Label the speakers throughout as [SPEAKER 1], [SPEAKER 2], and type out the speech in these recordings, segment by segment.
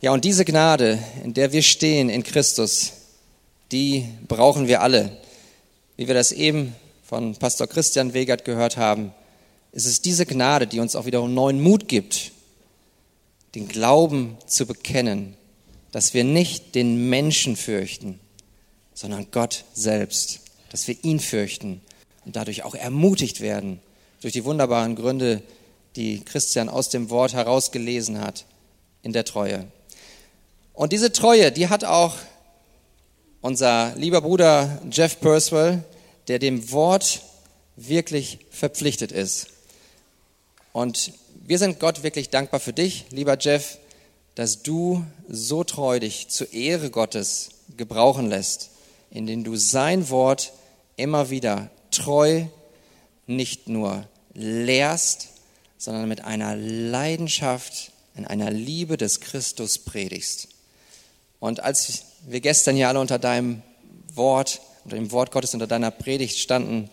[SPEAKER 1] Ja, und diese Gnade, in der wir stehen in Christus, die brauchen wir alle. Wie wir das eben von Pastor Christian Wegert gehört haben, ist es diese Gnade, die uns auch wiederum neuen Mut gibt, den Glauben zu bekennen, dass wir nicht den Menschen fürchten, sondern Gott selbst, dass wir ihn fürchten und dadurch auch ermutigt werden durch die wunderbaren Gründe, die Christian aus dem Wort herausgelesen hat, in der Treue. Und diese Treue, die hat auch unser lieber Bruder Jeff Perswell, der dem Wort wirklich verpflichtet ist. Und wir sind Gott wirklich dankbar für dich, lieber Jeff, dass du so treu dich zur Ehre Gottes gebrauchen lässt, indem du sein Wort immer wieder treu nicht nur lehrst, sondern mit einer Leidenschaft, in einer Liebe des Christus predigst. Und als wir gestern hier alle unter deinem Wort, unter dem Wort Gottes, unter deiner Predigt standen,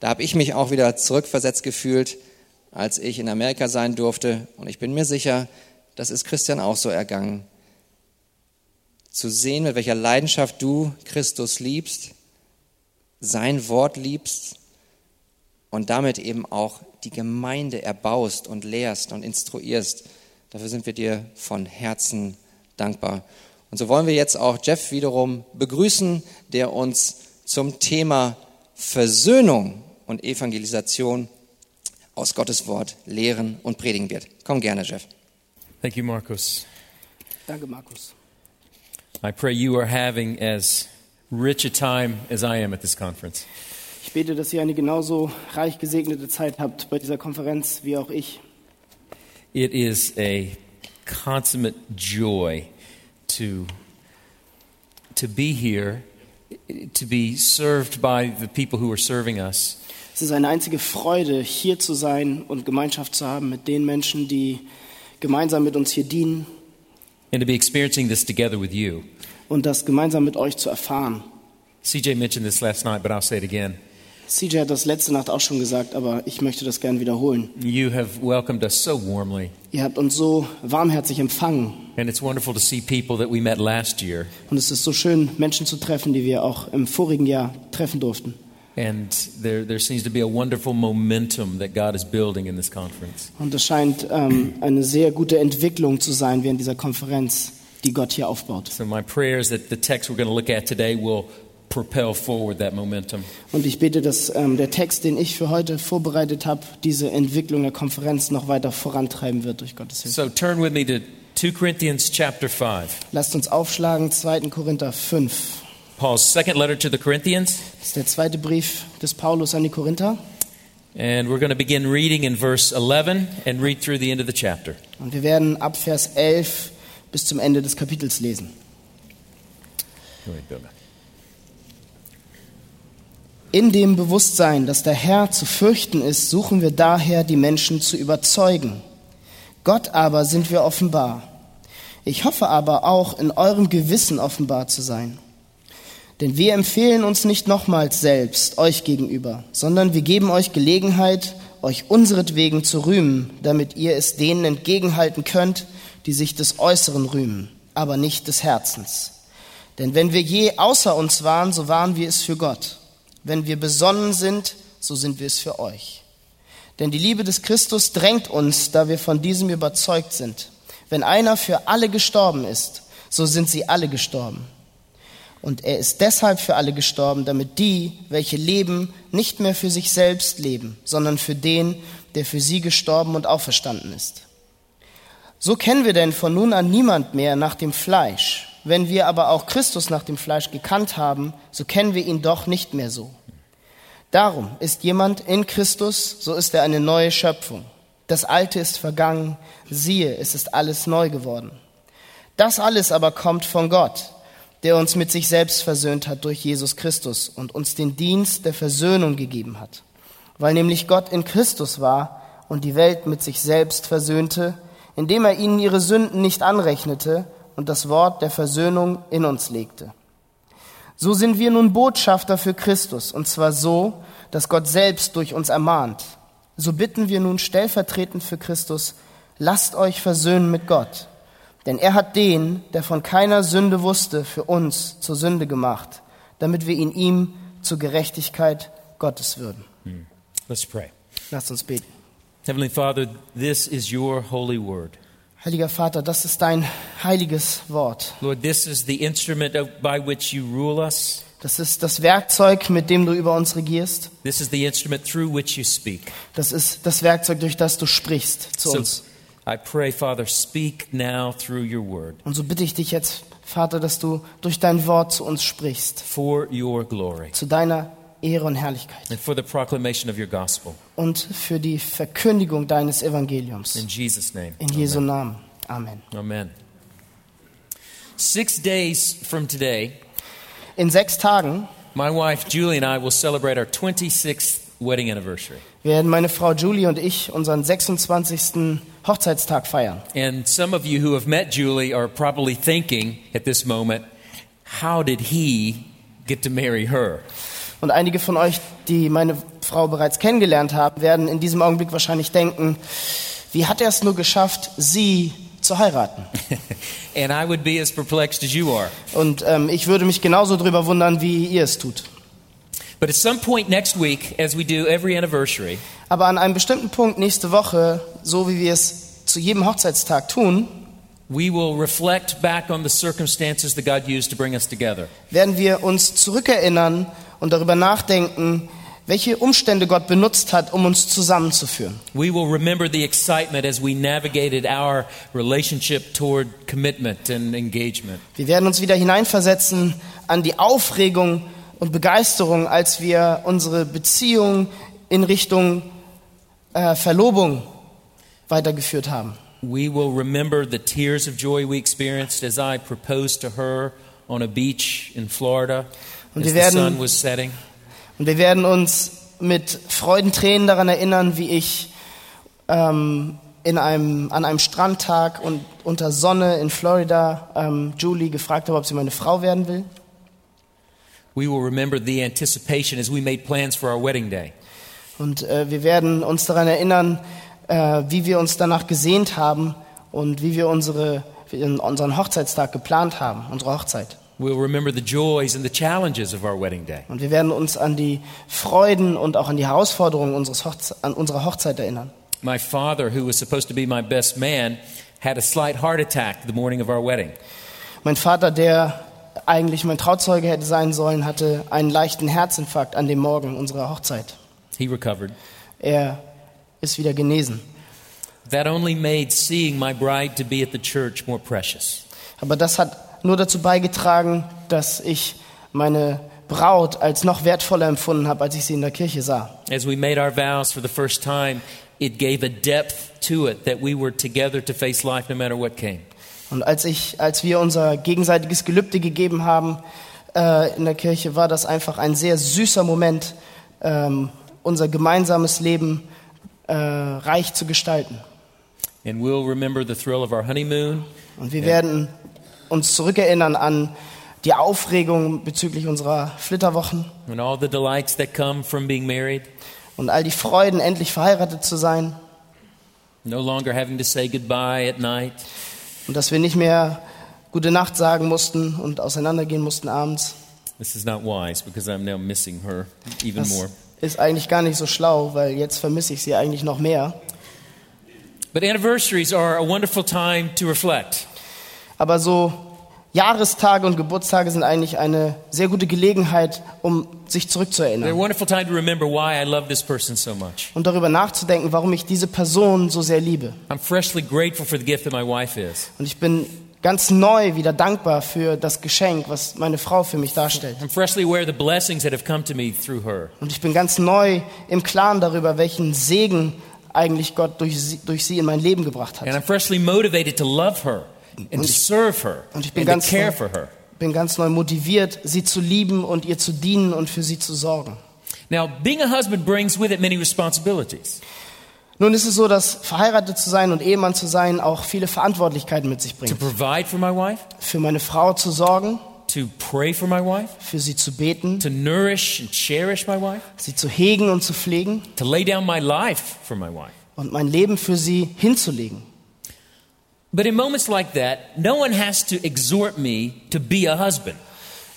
[SPEAKER 1] da habe ich mich auch wieder zurückversetzt gefühlt, als ich in Amerika sein durfte. Und ich bin mir sicher, das ist Christian auch so ergangen. Zu sehen, mit welcher Leidenschaft du Christus liebst, sein Wort liebst und damit eben auch die Gemeinde erbaust und lehrst und instruierst. Dafür sind wir dir von Herzen dankbar. Und so wollen wir jetzt auch Jeff wiederum begrüßen, der uns zum Thema Versöhnung und Evangelisation aus Gottes Wort lehren und predigen wird. Komm gerne, Jeff.
[SPEAKER 2] Thank you, Markus.
[SPEAKER 3] Danke, Markus.
[SPEAKER 2] I pray you are having as rich a time as I am at this conference.
[SPEAKER 3] Ich bete, dass ihr eine genauso reich gesegnete Zeit habt bei dieser Konferenz wie auch ich.
[SPEAKER 2] It is a consummate joy to, to be here, to be served by the people who are serving us,
[SPEAKER 3] Es ist eine einzige Freude, hier zu sein und Gemeinschaft zu haben mit den Menschen, die gemeinsam mit uns hier dienen
[SPEAKER 2] and to be experiencing this together with you.
[SPEAKER 3] und das gemeinsam mit euch zu erfahren.
[SPEAKER 2] CJ mentioned this last night, but I'll say it again.
[SPEAKER 3] CJ hat das letzte Nacht auch schon gesagt, aber ich möchte das gern wiederholen.
[SPEAKER 2] You have welcomed us so warmly,
[SPEAKER 3] Ihr habt uns so warmherzig empfangen
[SPEAKER 2] and it's wonderful to see people that we met last year
[SPEAKER 3] und es ist so schön, Menschen zu treffen, die wir auch im vorigen Jahr treffen durften.
[SPEAKER 2] And there, there seems to be a wonderful momentum that God is building in this conference.
[SPEAKER 3] Und es scheint ähm, eine sehr gute Entwicklung zu sein während dieser Konferenz, die Gott hier aufbaut.
[SPEAKER 2] So, my prayer is that the text we're going to look at today will propel forward that momentum.
[SPEAKER 3] Und ich bete, dass ähm, der Text, den ich für heute vorbereitet habe, diese Entwicklung der Konferenz noch weiter vorantreiben wird durch Gottes Hilfe.
[SPEAKER 2] So, turn with me to 2 Corinthians chapter 5,
[SPEAKER 3] Lasst uns aufschlagen, 2. Korinther 5.
[SPEAKER 2] Paul's second letter to the Corinthians.
[SPEAKER 3] Das ist der zweite Brief des Paulus an die Korinther.
[SPEAKER 2] And we're going to begin reading in verse 11 and read through the end of the chapter.
[SPEAKER 3] Und wir werden ab Vers 11 bis zum Ende des Kapitels lesen.
[SPEAKER 2] Go ahead, Bill.
[SPEAKER 3] In dem Bewusstsein, dass der Herr zu fürchten ist, suchen wir daher, die Menschen zu überzeugen. Gott aber sind wir offenbar. Ich hoffe aber auch, in eurem Gewissen offenbar zu sein. Denn wir empfehlen uns nicht nochmals selbst euch gegenüber, sondern wir geben euch Gelegenheit, euch unseretwegen zu rühmen, damit ihr es denen entgegenhalten könnt, die sich des Äußeren rühmen, aber nicht des Herzens. Denn wenn wir je außer uns waren, so waren wir es für Gott. Wenn wir besonnen sind, so sind wir es für euch. Denn die Liebe des Christus drängt uns, da wir von diesem überzeugt sind. Wenn einer für alle gestorben ist, so sind sie alle gestorben. Und er ist deshalb für alle gestorben, damit die, welche leben, nicht mehr für sich selbst leben, sondern für den, der für sie gestorben und auferstanden ist. So kennen wir denn von nun an niemand mehr nach dem Fleisch. Wenn wir aber auch Christus nach dem Fleisch gekannt haben, so kennen wir ihn doch nicht mehr so. Darum ist jemand in Christus, so ist er eine neue Schöpfung. Das Alte ist vergangen, siehe, es ist alles neu geworden. Das alles aber kommt von Gott, der uns mit sich selbst versöhnt hat durch Jesus Christus und uns den Dienst der Versöhnung gegeben hat. Weil nämlich Gott in Christus war und die Welt mit sich selbst versöhnte, indem er ihnen ihre Sünden nicht anrechnete und das Wort der Versöhnung in uns legte. So sind wir nun Botschafter für Christus, und zwar so, dass Gott selbst durch uns ermahnt. So bitten wir nun stellvertretend für Christus, lasst euch versöhnen mit Gott. Denn er hat den, der von keiner Sünde wusste, für uns zur Sünde gemacht, damit wir in ihm zur Gerechtigkeit Gottes würden.
[SPEAKER 2] Let's pray.
[SPEAKER 3] Lasst uns beten.
[SPEAKER 2] Heavenly Father, this is your holy word.
[SPEAKER 3] Heiliger Vater, das ist dein heiliges Wort.
[SPEAKER 2] Lord, this is the instrument of, by which you rule us.
[SPEAKER 3] Das ist das Werkzeug, mit dem du über uns regierst.
[SPEAKER 2] This is the instrument through which you speak.
[SPEAKER 3] Das ist das Werkzeug, durch das du sprichst zu uns.
[SPEAKER 2] I pray, Father, speak now through your word
[SPEAKER 3] Und so bitte ich dich jetzt, Vater, dass du durch dein Wort zu uns sprichst,
[SPEAKER 2] for your glory
[SPEAKER 3] zu deiner Ehre und Herrlichkeit
[SPEAKER 2] and for the proclamation of your gospel.
[SPEAKER 3] und für die Verkündigung deines Evangeliums.
[SPEAKER 2] In Jesus' name.
[SPEAKER 3] In Jesu Namen. Amen.
[SPEAKER 2] Amen. Six days from today,
[SPEAKER 3] In sechs Tagen
[SPEAKER 2] my wife Julie and I will celebrate our 26th wedding anniversary.
[SPEAKER 3] werden meine Frau Julie und ich unseren 26. Hochzeitstag feiern.
[SPEAKER 2] And some of you who have met Julie are probably thinking at this moment, how did he get to marry her?
[SPEAKER 3] Und einige von euch, die meine Frau bereits kennengelernt haben, werden in diesem Augenblick wahrscheinlich denken, wie hat er es nur geschafft, sie zu heiraten?
[SPEAKER 2] and I would be as perplexed as you are.
[SPEAKER 3] Und ähm, ich würde mich genauso drüber wundern, wie ihr es tut.
[SPEAKER 2] But at some point next week, as we do every anniversary,
[SPEAKER 3] Aber an einem bestimmten Punkt nächste Woche, so wie wir es zu jedem Hochzeitstag tun,
[SPEAKER 2] we will reflect back on the circumstances that God used to bring us together.
[SPEAKER 3] werden wir uns zurückerinnern und darüber nachdenken, welche Umstände Gott benutzt hat, um uns zusammenzuführen.
[SPEAKER 2] We will remember the excitement as we navigated our relationship toward commitment and engagement.
[SPEAKER 3] Wir werden uns wieder hineinversetzen an die Aufregung und Begeisterung, als wir unsere Beziehung in Richtung äh, Verlobung weitergeführt haben.
[SPEAKER 2] We will remember the tears of joy we experienced as I proposed to her on a beach in Florida
[SPEAKER 3] Und
[SPEAKER 2] as
[SPEAKER 3] wir
[SPEAKER 2] the
[SPEAKER 3] werden-
[SPEAKER 2] sun was setting.
[SPEAKER 3] Und wir werden uns mit Freudentränen daran erinnern, wie ich ähm, in einem, an einem Strandtag und unter Sonne in Florida ähm, Julie gefragt habe, ob sie meine Frau werden will.
[SPEAKER 2] We will remember the anticipation as we made plans for our wedding day.
[SPEAKER 3] Und äh, wir werden uns daran erinnern, äh, wie wir uns danach gesehnt haben und wie wir unsere, wie wir unseren Hochzeitstag geplant haben, unsere Hochzeit.
[SPEAKER 2] We'll remember the joys and the challenges of our wedding day.
[SPEAKER 3] Und wir werden uns an die Freuden und auch an die Herausforderungen unseres Hochze an unserer Hochzeit erinnern.
[SPEAKER 2] My father, who was supposed to be my best man, had a slight heart attack the morning of our wedding.
[SPEAKER 3] Mein Vater, der eigentlich mein Trauzeuge hätte sein sollen, hatte einen leichten Herzinfarkt an dem Morgen unserer Hochzeit.
[SPEAKER 2] He recovered.
[SPEAKER 3] Er ist wieder genesen.
[SPEAKER 2] That only made seeing my bride to be at the church more precious.
[SPEAKER 3] Aber das hat nur dazu beigetragen, dass ich meine Braut als noch wertvoller empfunden habe, als ich sie in der Kirche sah.
[SPEAKER 2] As we made our vows for the first time, it gave a depth to it that we were together to face life no matter what came.
[SPEAKER 3] Und als, ich, als wir unser gegenseitiges Gelübde gegeben haben äh, in der Kirche, war das einfach ein sehr süßer Moment, ähm, unser gemeinsames Leben äh, reich zu gestalten.
[SPEAKER 2] And we'll remember the thrill of our honeymoon,
[SPEAKER 3] Und wir werden uns zurückerinnern an die Aufregung bezüglich unserer Flitterwochen
[SPEAKER 2] and all the delights that come from being married,
[SPEAKER 3] und all die Freuden, endlich verheiratet zu sein
[SPEAKER 2] no longer having to say goodbye at night,
[SPEAKER 3] und dass wir nicht mehr gute Nacht sagen mussten und auseinandergehen mussten abends.
[SPEAKER 2] This is not wise because I'm now missing her even
[SPEAKER 3] Das
[SPEAKER 2] more.
[SPEAKER 3] ist eigentlich gar nicht so schlau, weil jetzt vermisse ich sie eigentlich noch mehr.
[SPEAKER 2] But anniversaries are a wonderful time to reflect.
[SPEAKER 3] Aber so Jahrestage und Geburtstage sind eigentlich eine sehr gute Gelegenheit, um sich
[SPEAKER 2] They're a
[SPEAKER 3] zurückzuerinnern
[SPEAKER 2] wonderful time to remember why I love this person so much.
[SPEAKER 3] und darüber nachzudenken, warum ich diese Person so sehr liebe.
[SPEAKER 2] I'm freshly grateful for the gift that my wife is.
[SPEAKER 3] Und ich bin ganz neu wieder dankbar für das Geschenk, was meine Frau für mich darstellt.
[SPEAKER 2] I'm freshly aware of the blessings that have come to me through her.
[SPEAKER 3] Und ich bin ganz neu im Klaren darüber, welchen Segen eigentlich Gott durch sie, durch sie in mein Leben gebracht
[SPEAKER 2] And
[SPEAKER 3] hat.
[SPEAKER 2] I'm freshly motivated to love her and to serve her
[SPEAKER 3] Und ich
[SPEAKER 2] and
[SPEAKER 3] bin
[SPEAKER 2] to
[SPEAKER 3] ganz
[SPEAKER 2] care for
[SPEAKER 3] neu-
[SPEAKER 2] her.
[SPEAKER 3] Bin ganz neu motiviert, sie zu lieben und ihr zu dienen und für sie zu sorgen.
[SPEAKER 2] Now, being a husband brings with it many responsibilities.
[SPEAKER 3] Nun ist es so, dass verheiratet zu sein und Ehemann zu sein auch viele Verantwortlichkeiten mit sich
[SPEAKER 2] To
[SPEAKER 3] bringt.
[SPEAKER 2] provide for my wife,
[SPEAKER 3] Für meine Frau zu sorgen,
[SPEAKER 2] to pray for my wife,
[SPEAKER 3] für sie zu beten,
[SPEAKER 2] to nourish and cherish my wife,
[SPEAKER 3] sie zu hegen und zu pflegen
[SPEAKER 2] to lay down my life for my wife.
[SPEAKER 3] und mein Leben für sie hinzulegen.
[SPEAKER 2] But in moments like that, no one has to exhort me to be a husband.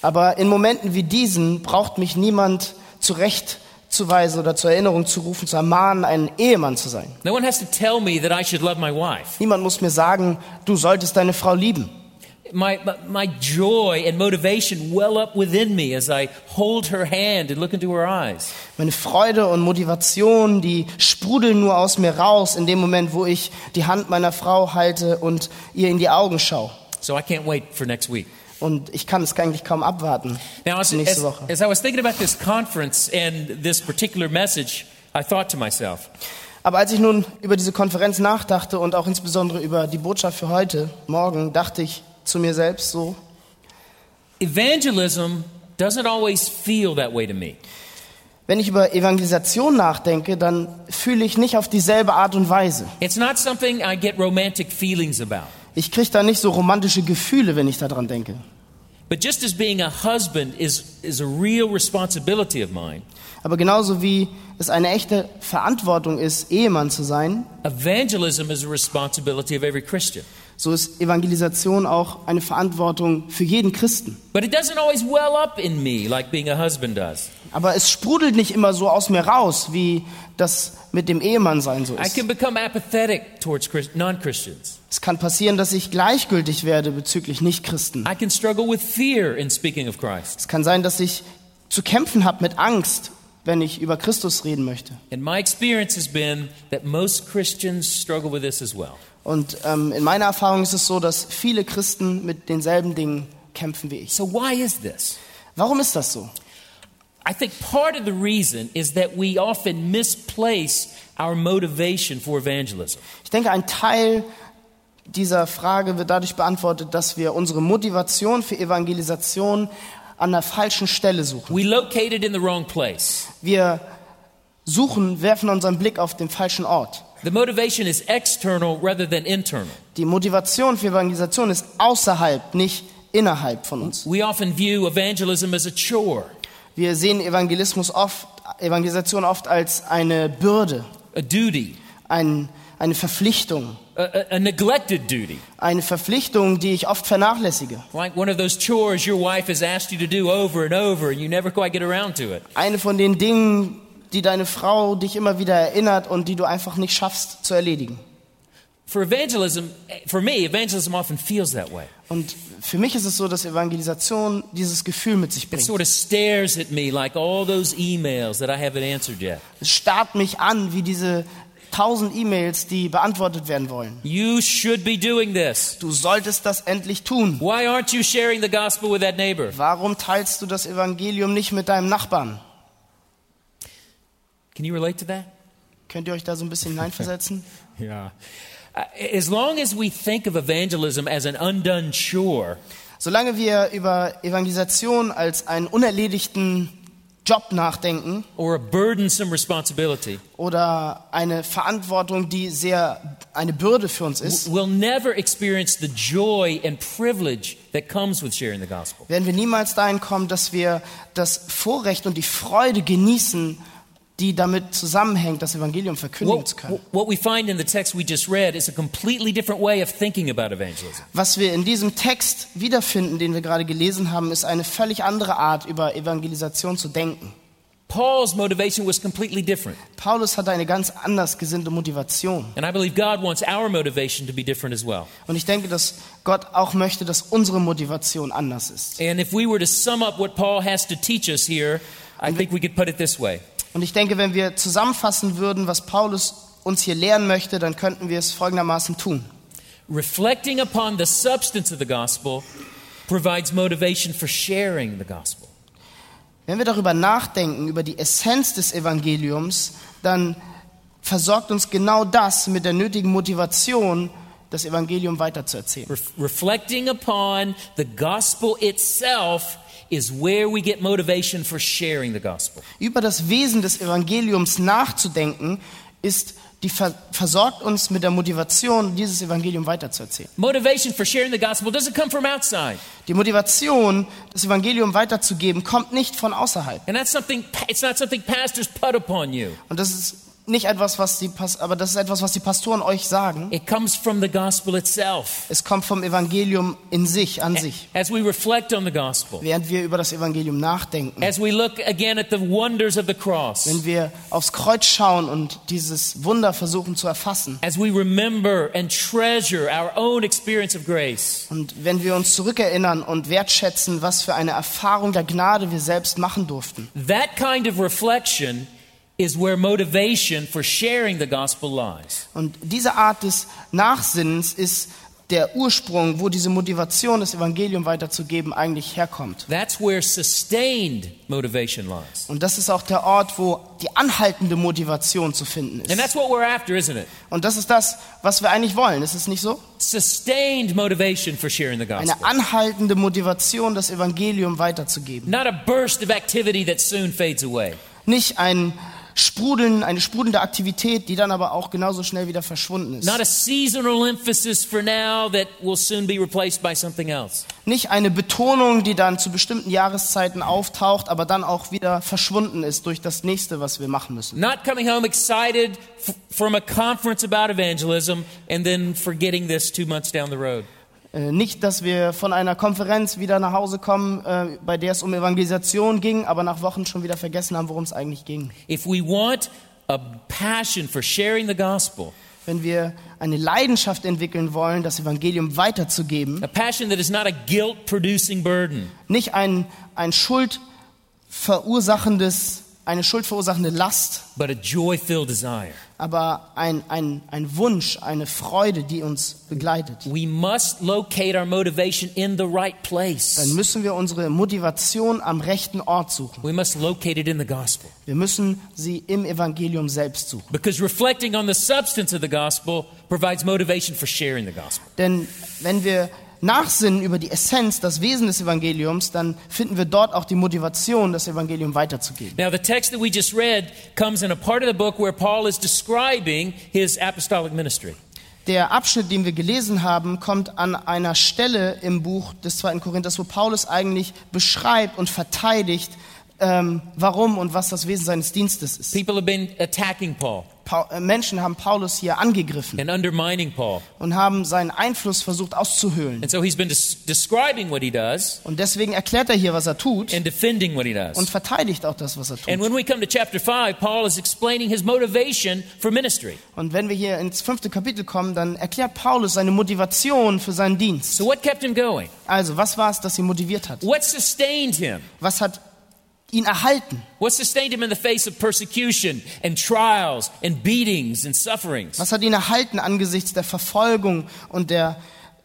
[SPEAKER 3] Aber in Momenten wie diesen braucht mich niemand zurechtzuweisen oder zur Erinnerung zu rufen, zu ermahnen, ein Ehemann zu sein.
[SPEAKER 2] No one has to tell me that I should love my wife.
[SPEAKER 3] Niemand muss mir sagen, du solltest deine Frau lieben.
[SPEAKER 2] My, my, my joy and motivation well up within me as I hold her hand and look into her eyes.
[SPEAKER 3] Meine Freude und Motivation, die sprudeln nur aus mir raus in dem Moment, wo ich die Hand meiner Frau halte und ihr in die Augen schaue.
[SPEAKER 2] So I can't wait for next week.
[SPEAKER 3] Und ich kann es eigentlich kaum abwarten.
[SPEAKER 2] Now, as,
[SPEAKER 3] Nächste
[SPEAKER 2] as-
[SPEAKER 3] Woche.
[SPEAKER 2] as I was thinking about this conference and this particular message, I thought to myself,
[SPEAKER 3] Aber als ich nun über diese Konferenz nachdachte und auch insbesondere über die Botschaft für heute, morgen, dachte ich zu mir selbst so,
[SPEAKER 2] evangelism doesn't always feel that way to me.
[SPEAKER 3] wenn ich über Evangelisation nachdenke, dann fühle ich nicht auf dieselbe Art und Weise.
[SPEAKER 2] It's not something I get romantic feelings about.
[SPEAKER 3] Ich kriege da nicht so romantische Gefühle, wenn ich daran denke.
[SPEAKER 2] But just as being a husband is, is a real responsibility of mine,
[SPEAKER 3] Aber genauso wie es eine echte Verantwortung ist, Ehemann zu sein,
[SPEAKER 2] evangelism is a responsibility of every Christian.
[SPEAKER 3] so ist Evangelisation auch eine Verantwortung für jeden Christen.
[SPEAKER 2] But it doesn't always well up in me like being a husband does.
[SPEAKER 3] Aber es sprudelt nicht immer so aus mir raus, wie das mit dem Ehemann sein so
[SPEAKER 2] I
[SPEAKER 3] ist.
[SPEAKER 2] can become apathetic towards Chris- non Christians.
[SPEAKER 3] Es kann passieren, dass ich gleichgültig werde bezüglich Nichtchristen.
[SPEAKER 2] I can struggle with fear in speaking of Christ.
[SPEAKER 3] Es kann sein, dass ich zu kämpfen habe mit Angst, wenn ich über Christus reden möchte.
[SPEAKER 2] And my experience has been that most Christians struggle with this as well.
[SPEAKER 3] Und ähm, in meiner Erfahrung ist es so, dass viele Christen mit denselben Dingen kämpfen wie ich.
[SPEAKER 2] So, why is this?
[SPEAKER 3] Warum ist das so?
[SPEAKER 2] I think part of the reason is that we often misplace our motivation for evangelism.
[SPEAKER 3] Ich denke, ein Teil dieser Frage wird dadurch beantwortet, dass wir unsere Motivation für Evangelisation an der falschen Stelle suchen.
[SPEAKER 2] We locate it in the wrong place.
[SPEAKER 3] Wir suchen, werfen unseren Blick auf den falschen Ort.
[SPEAKER 2] The motivation is external rather than internal.
[SPEAKER 3] Die Motivation für Evangelisation ist außerhalb, nicht innerhalb von uns.
[SPEAKER 2] We often view evangelism as a chore,
[SPEAKER 3] Wir sehen Evangelismus oft, Evangelisation oft als eine Bürde,
[SPEAKER 2] a duty,
[SPEAKER 3] ein, eine Verpflichtung.
[SPEAKER 2] a, a, a neglected duty,
[SPEAKER 3] Eine Verpflichtung, die ich oft vernachlässige.
[SPEAKER 2] like one of those chores your wife has asked you to do over and over and you never quite get around to it.
[SPEAKER 3] Eine von den Dingen, die deine Frau dich immer wieder erinnert und die du einfach nicht schaffst zu erledigen.
[SPEAKER 2] For evangelism, for me, evangelism often feels that way.
[SPEAKER 3] Und für mich ist es so, dass Evangelisation dieses Gefühl mit sich
[SPEAKER 2] It
[SPEAKER 3] bringt.
[SPEAKER 2] sort of stares at me like all those emails that I haven't answered yet.
[SPEAKER 3] Es starrt mich an, wie diese tausend E-Mails, die beantwortet werden wollen.
[SPEAKER 2] You should be doing this.
[SPEAKER 3] Du solltest das endlich tun.
[SPEAKER 2] Why aren't you sharing the gospel with that neighbor?
[SPEAKER 3] Warum teilst du das Evangelium nicht mit deinem Nachbarn?
[SPEAKER 2] Can you relate to that?
[SPEAKER 3] Könnt ihr euch da so ein bisschen hineinversetzen?
[SPEAKER 2] Yeah. Uh, As long as we think of evangelism as an undone chore,
[SPEAKER 3] Solange wir über Evangelisation als einen unerledigten Job nachdenken
[SPEAKER 2] or a burdensome responsibility.
[SPEAKER 3] oder eine Verantwortung, die sehr eine Bürde für uns ist,
[SPEAKER 2] We'll never experience the joy and privilege that comes with sharing the gospel.
[SPEAKER 3] werden wir niemals dahin kommen, dass wir das Vorrecht und die Freude genießen, die damit zusammenhängt, das Evangelium verkündigen
[SPEAKER 2] What,
[SPEAKER 3] zu können.
[SPEAKER 2] what we find in the text we just read is a completely different way of thinking about evangelism.
[SPEAKER 3] Was wir in diesem Text wiederfinden, den wir gerade gelesen haben, ist eine völlig andere Art, über Evangelisation zu denken.
[SPEAKER 2] Paul's motivation was completely different,
[SPEAKER 3] Paulus hatte eine ganz anders gesinnte Motivation.
[SPEAKER 2] and I believe God wants our motivation to be different as well.
[SPEAKER 3] Und ich denke, dass Gott auch möchte, dass unsere Motivation anders ist.
[SPEAKER 2] And if we were to sum up what Paul has to teach us here, I think we could put it this way
[SPEAKER 3] Und ich denke, wenn wir zusammenfassen würden, was Paulus uns hier lehren möchte, dann könnten wir es folgendermaßen tun.
[SPEAKER 2] Reflecting upon the substance of the gospel provides motivation for sharing the gospel.
[SPEAKER 3] Wenn wir darüber nachdenken, über die Essenz des Evangeliums, dann versorgt uns genau das mit der nötigen Motivation, das Evangelium weiterzuerzählen.
[SPEAKER 2] Ref- reflecting upon the gospel itself is where we get motivation for sharing the gospel.
[SPEAKER 3] Über das Wesen des Evangeliums nachzudenken, ist die ver versorgt uns mit der Motivation, dieses Evangelium weiterzuerzählen.
[SPEAKER 2] Motivation for sharing the gospel doesn't come from outside.
[SPEAKER 3] Die Motivation, das Evangelium weiterzugeben, kommt nicht von außerhalb.
[SPEAKER 2] And that's something it's not something pastors put upon you.
[SPEAKER 3] Und das ist nicht etwas, was die Pas aber das ist etwas, was die Pastoren euch sagen.
[SPEAKER 2] It comes from the gospel itself.
[SPEAKER 3] Es kommt vom Evangelium in sich, an sich.
[SPEAKER 2] As we reflect on the gospel,
[SPEAKER 3] Während wir über das Evangelium nachdenken,
[SPEAKER 2] as we look again at the wonders of the cross,
[SPEAKER 3] wenn wir aufs Kreuz schauen und dieses Wunder versuchen zu erfassen
[SPEAKER 2] as we remember and treasure our own experience of grace,
[SPEAKER 3] und wenn wir uns zurückerinnern und wertschätzen, was für eine Erfahrung der Gnade wir selbst machen durften.
[SPEAKER 2] that kind of reflection is where motivation for sharing the gospel lies.
[SPEAKER 3] Und diese Art des Nachsinnens ist der Ursprung, wo diese Motivation, das Evangelium weiterzugeben, eigentlich herkommt.
[SPEAKER 2] That's where sustained motivation lies.
[SPEAKER 3] Und das ist auch der Ort, wo die anhaltende Motivation zu finden
[SPEAKER 2] And
[SPEAKER 3] ist.
[SPEAKER 2] that's what we're after, isn't it?
[SPEAKER 3] Und das ist das, was wir eigentlich wollen. Ist es nicht so?
[SPEAKER 2] Sustained motivation for sharing the
[SPEAKER 3] Eine
[SPEAKER 2] gospel.
[SPEAKER 3] anhaltende Motivation, das Evangelium weiterzugeben.
[SPEAKER 2] Not a burst of activity that soon fades away.
[SPEAKER 3] Nicht ein Sprudeln, eine sprudelnde Aktivität, die dann aber auch genauso schnell wieder verschwunden ist.
[SPEAKER 2] Not a seasonal emphasis for now that will soon be replaced by something else.
[SPEAKER 3] Nicht eine Betonung, die dann zu bestimmten Jahreszeiten auftaucht, aber dann auch wieder verschwunden ist durch das nächste, was wir machen müssen.
[SPEAKER 2] Not coming home excited f- from a conference about evangelism and then forgetting this two months down the road.
[SPEAKER 3] Äh, Nicht, dass wir von einer Konferenz wieder nach Hause kommen, äh, bei der es um Evangelisation ging, aber nach Wochen schon wieder vergessen haben, worum es eigentlich ging.
[SPEAKER 2] If we want a passion for sharing the gospel,
[SPEAKER 3] Wenn wir eine Leidenschaft entwickeln wollen, das Evangelium weiterzugeben,
[SPEAKER 2] a passion that is not a guilt producing burden,
[SPEAKER 3] nicht ein, ein Schuld verursachendes, eine schuldverursachende Last,
[SPEAKER 2] but a joy filled desire,
[SPEAKER 3] aber ein, ein, ein Wunsch, eine Freude, die uns begleitet,
[SPEAKER 2] we must locate our motivation in the right
[SPEAKER 3] dann
[SPEAKER 2] place.
[SPEAKER 3] müssen wir unsere Motivation am rechten Ort suchen.
[SPEAKER 2] We must locate it in the gospel.
[SPEAKER 3] Wir müssen sie im Evangelium selbst suchen.
[SPEAKER 2] Because reflecting on the substance of the gospel provides motivation for sharing the gospel.
[SPEAKER 3] Denn wenn wir nachsinnen über die Essenz, das Wesen des Evangeliums, dann finden wir dort auch die Motivation, das Evangelium weiterzugeben.
[SPEAKER 2] Now, the text that we just read comes in a part of the book where Paul is describing his apostolic ministry.
[SPEAKER 3] Der Abschnitt, den wir gelesen haben, kommt an einer Stelle im Buch des 2. Korinthers, wo Paulus eigentlich beschreibt und verteidigt, ähm, warum und was das Wesen seines Dienstes ist.
[SPEAKER 2] People have been attacking Paul
[SPEAKER 3] Pa äh, Menschen haben Paulus hier angegriffen
[SPEAKER 2] and undermining Paul.
[SPEAKER 3] und haben seinen Einfluss versucht auszuhöhlen.
[SPEAKER 2] And so he's been des- describing what he does
[SPEAKER 3] Und deswegen erklärt er hier, was er tut
[SPEAKER 2] and defending what he
[SPEAKER 3] und
[SPEAKER 2] does.
[SPEAKER 3] verteidigt auch das, was er
[SPEAKER 2] And
[SPEAKER 3] tut.
[SPEAKER 2] when we come to chapter 5, Paul is explaining his motivation for ministry.
[SPEAKER 3] Und wenn wir hier ins fünfte Kapitel kommen, dann erklärt Paulus seine Motivation für seinen Dienst.
[SPEAKER 2] So, what kept him going?
[SPEAKER 3] Also, was war es, das ihn motiviert hat?
[SPEAKER 2] What sustained him?
[SPEAKER 3] Was hat ihn erhalten?
[SPEAKER 2] What sustained him in the face of persecution and trials and beatings and sufferings?
[SPEAKER 3] Was hat ihn erhalten angesichts der Verfolgung und der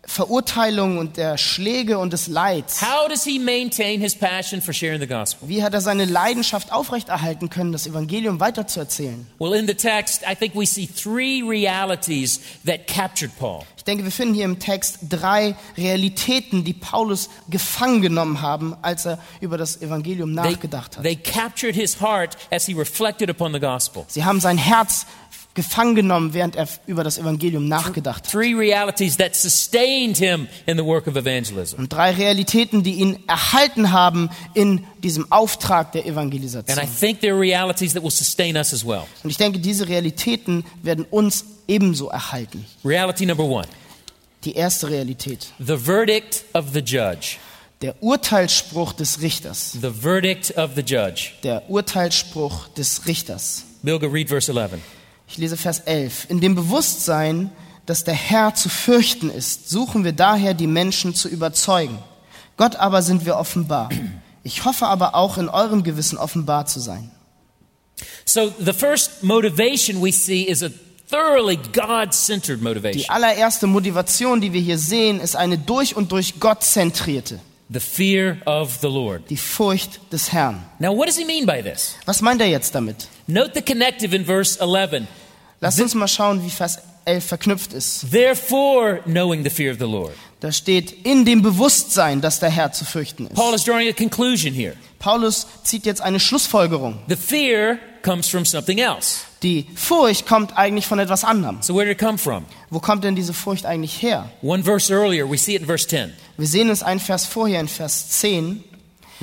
[SPEAKER 3] Verurteilung und der Schläge und des Leids?
[SPEAKER 2] How does he maintain his passion for sharing the gospel?
[SPEAKER 3] Wie hat er seine Leidenschaft aufrechterhalten können, das Evangelium weiterzuerzählen?
[SPEAKER 2] Well, in the text, I think we see three realities that captured Paul.
[SPEAKER 3] Ich denke, wir finden hier im Text drei Realitäten, die Paulus gefangen genommen haben, als er über das Evangelium
[SPEAKER 2] They,
[SPEAKER 3] nachgedacht hat.
[SPEAKER 2] they captured his heart as he reflected upon the gospel.
[SPEAKER 3] Sie haben sein Herz gefangen genommen, während er über das Evangelium nachgedacht hat.
[SPEAKER 2] Three realities that sustained him in the work of evangelism.
[SPEAKER 3] Und drei Realitäten, die ihn erhalten haben in diesem Auftrag der
[SPEAKER 2] And I
[SPEAKER 3] Evangelisation.
[SPEAKER 2] think there are realities that will sustain us as well.
[SPEAKER 3] Und ich denke, diese Realitäten werden uns ebenso erhalten.
[SPEAKER 2] Reality number one
[SPEAKER 3] Die erste Realität,
[SPEAKER 2] the verdict of the judge.
[SPEAKER 3] der Urteilsspruch des Richters.
[SPEAKER 2] The verdict of the judge.
[SPEAKER 3] Der Urteilsspruch des Richters.
[SPEAKER 2] Bilga, read verse 11.
[SPEAKER 3] Ich lese Vers 11. In dem Bewusstsein, dass der Herr zu fürchten ist, suchen wir daher, die Menschen zu überzeugen. Gott aber sind wir offenbar. Ich hoffe aber auch, in eurem Gewissen offenbar zu sein.
[SPEAKER 2] So the first motivation we see is a thoroughly God-centered
[SPEAKER 3] Die
[SPEAKER 2] motivation.
[SPEAKER 3] allererste Motivation, die wir hier sehen, ist eine durch und durch Gott zentrierte,
[SPEAKER 2] The fear of the Lord.
[SPEAKER 3] die Furcht des Herrn.
[SPEAKER 2] Now what does he mean by this?
[SPEAKER 3] Was meint er jetzt damit?
[SPEAKER 2] Note the connective in verse 11.
[SPEAKER 3] Lasst uns mal schauen, wie Vers 11 verknüpft ist.
[SPEAKER 2] Therefore, knowing the fear of the Lord.
[SPEAKER 3] Da steht, in dem Bewusstsein, dass der Herr zu fürchten ist.
[SPEAKER 2] Paul is drawing a conclusion here.
[SPEAKER 3] Paulus zieht jetzt eine Schlussfolgerung.
[SPEAKER 2] The fear comes from something else.
[SPEAKER 3] Die Furcht kommt eigentlich von etwas anderem.
[SPEAKER 2] So where did it come from?
[SPEAKER 3] Wo kommt denn diese Furcht eigentlich her?
[SPEAKER 2] One verse earlier, we see it in verse 10.
[SPEAKER 3] Wir sehen es ein Vers vorher in Vers 10.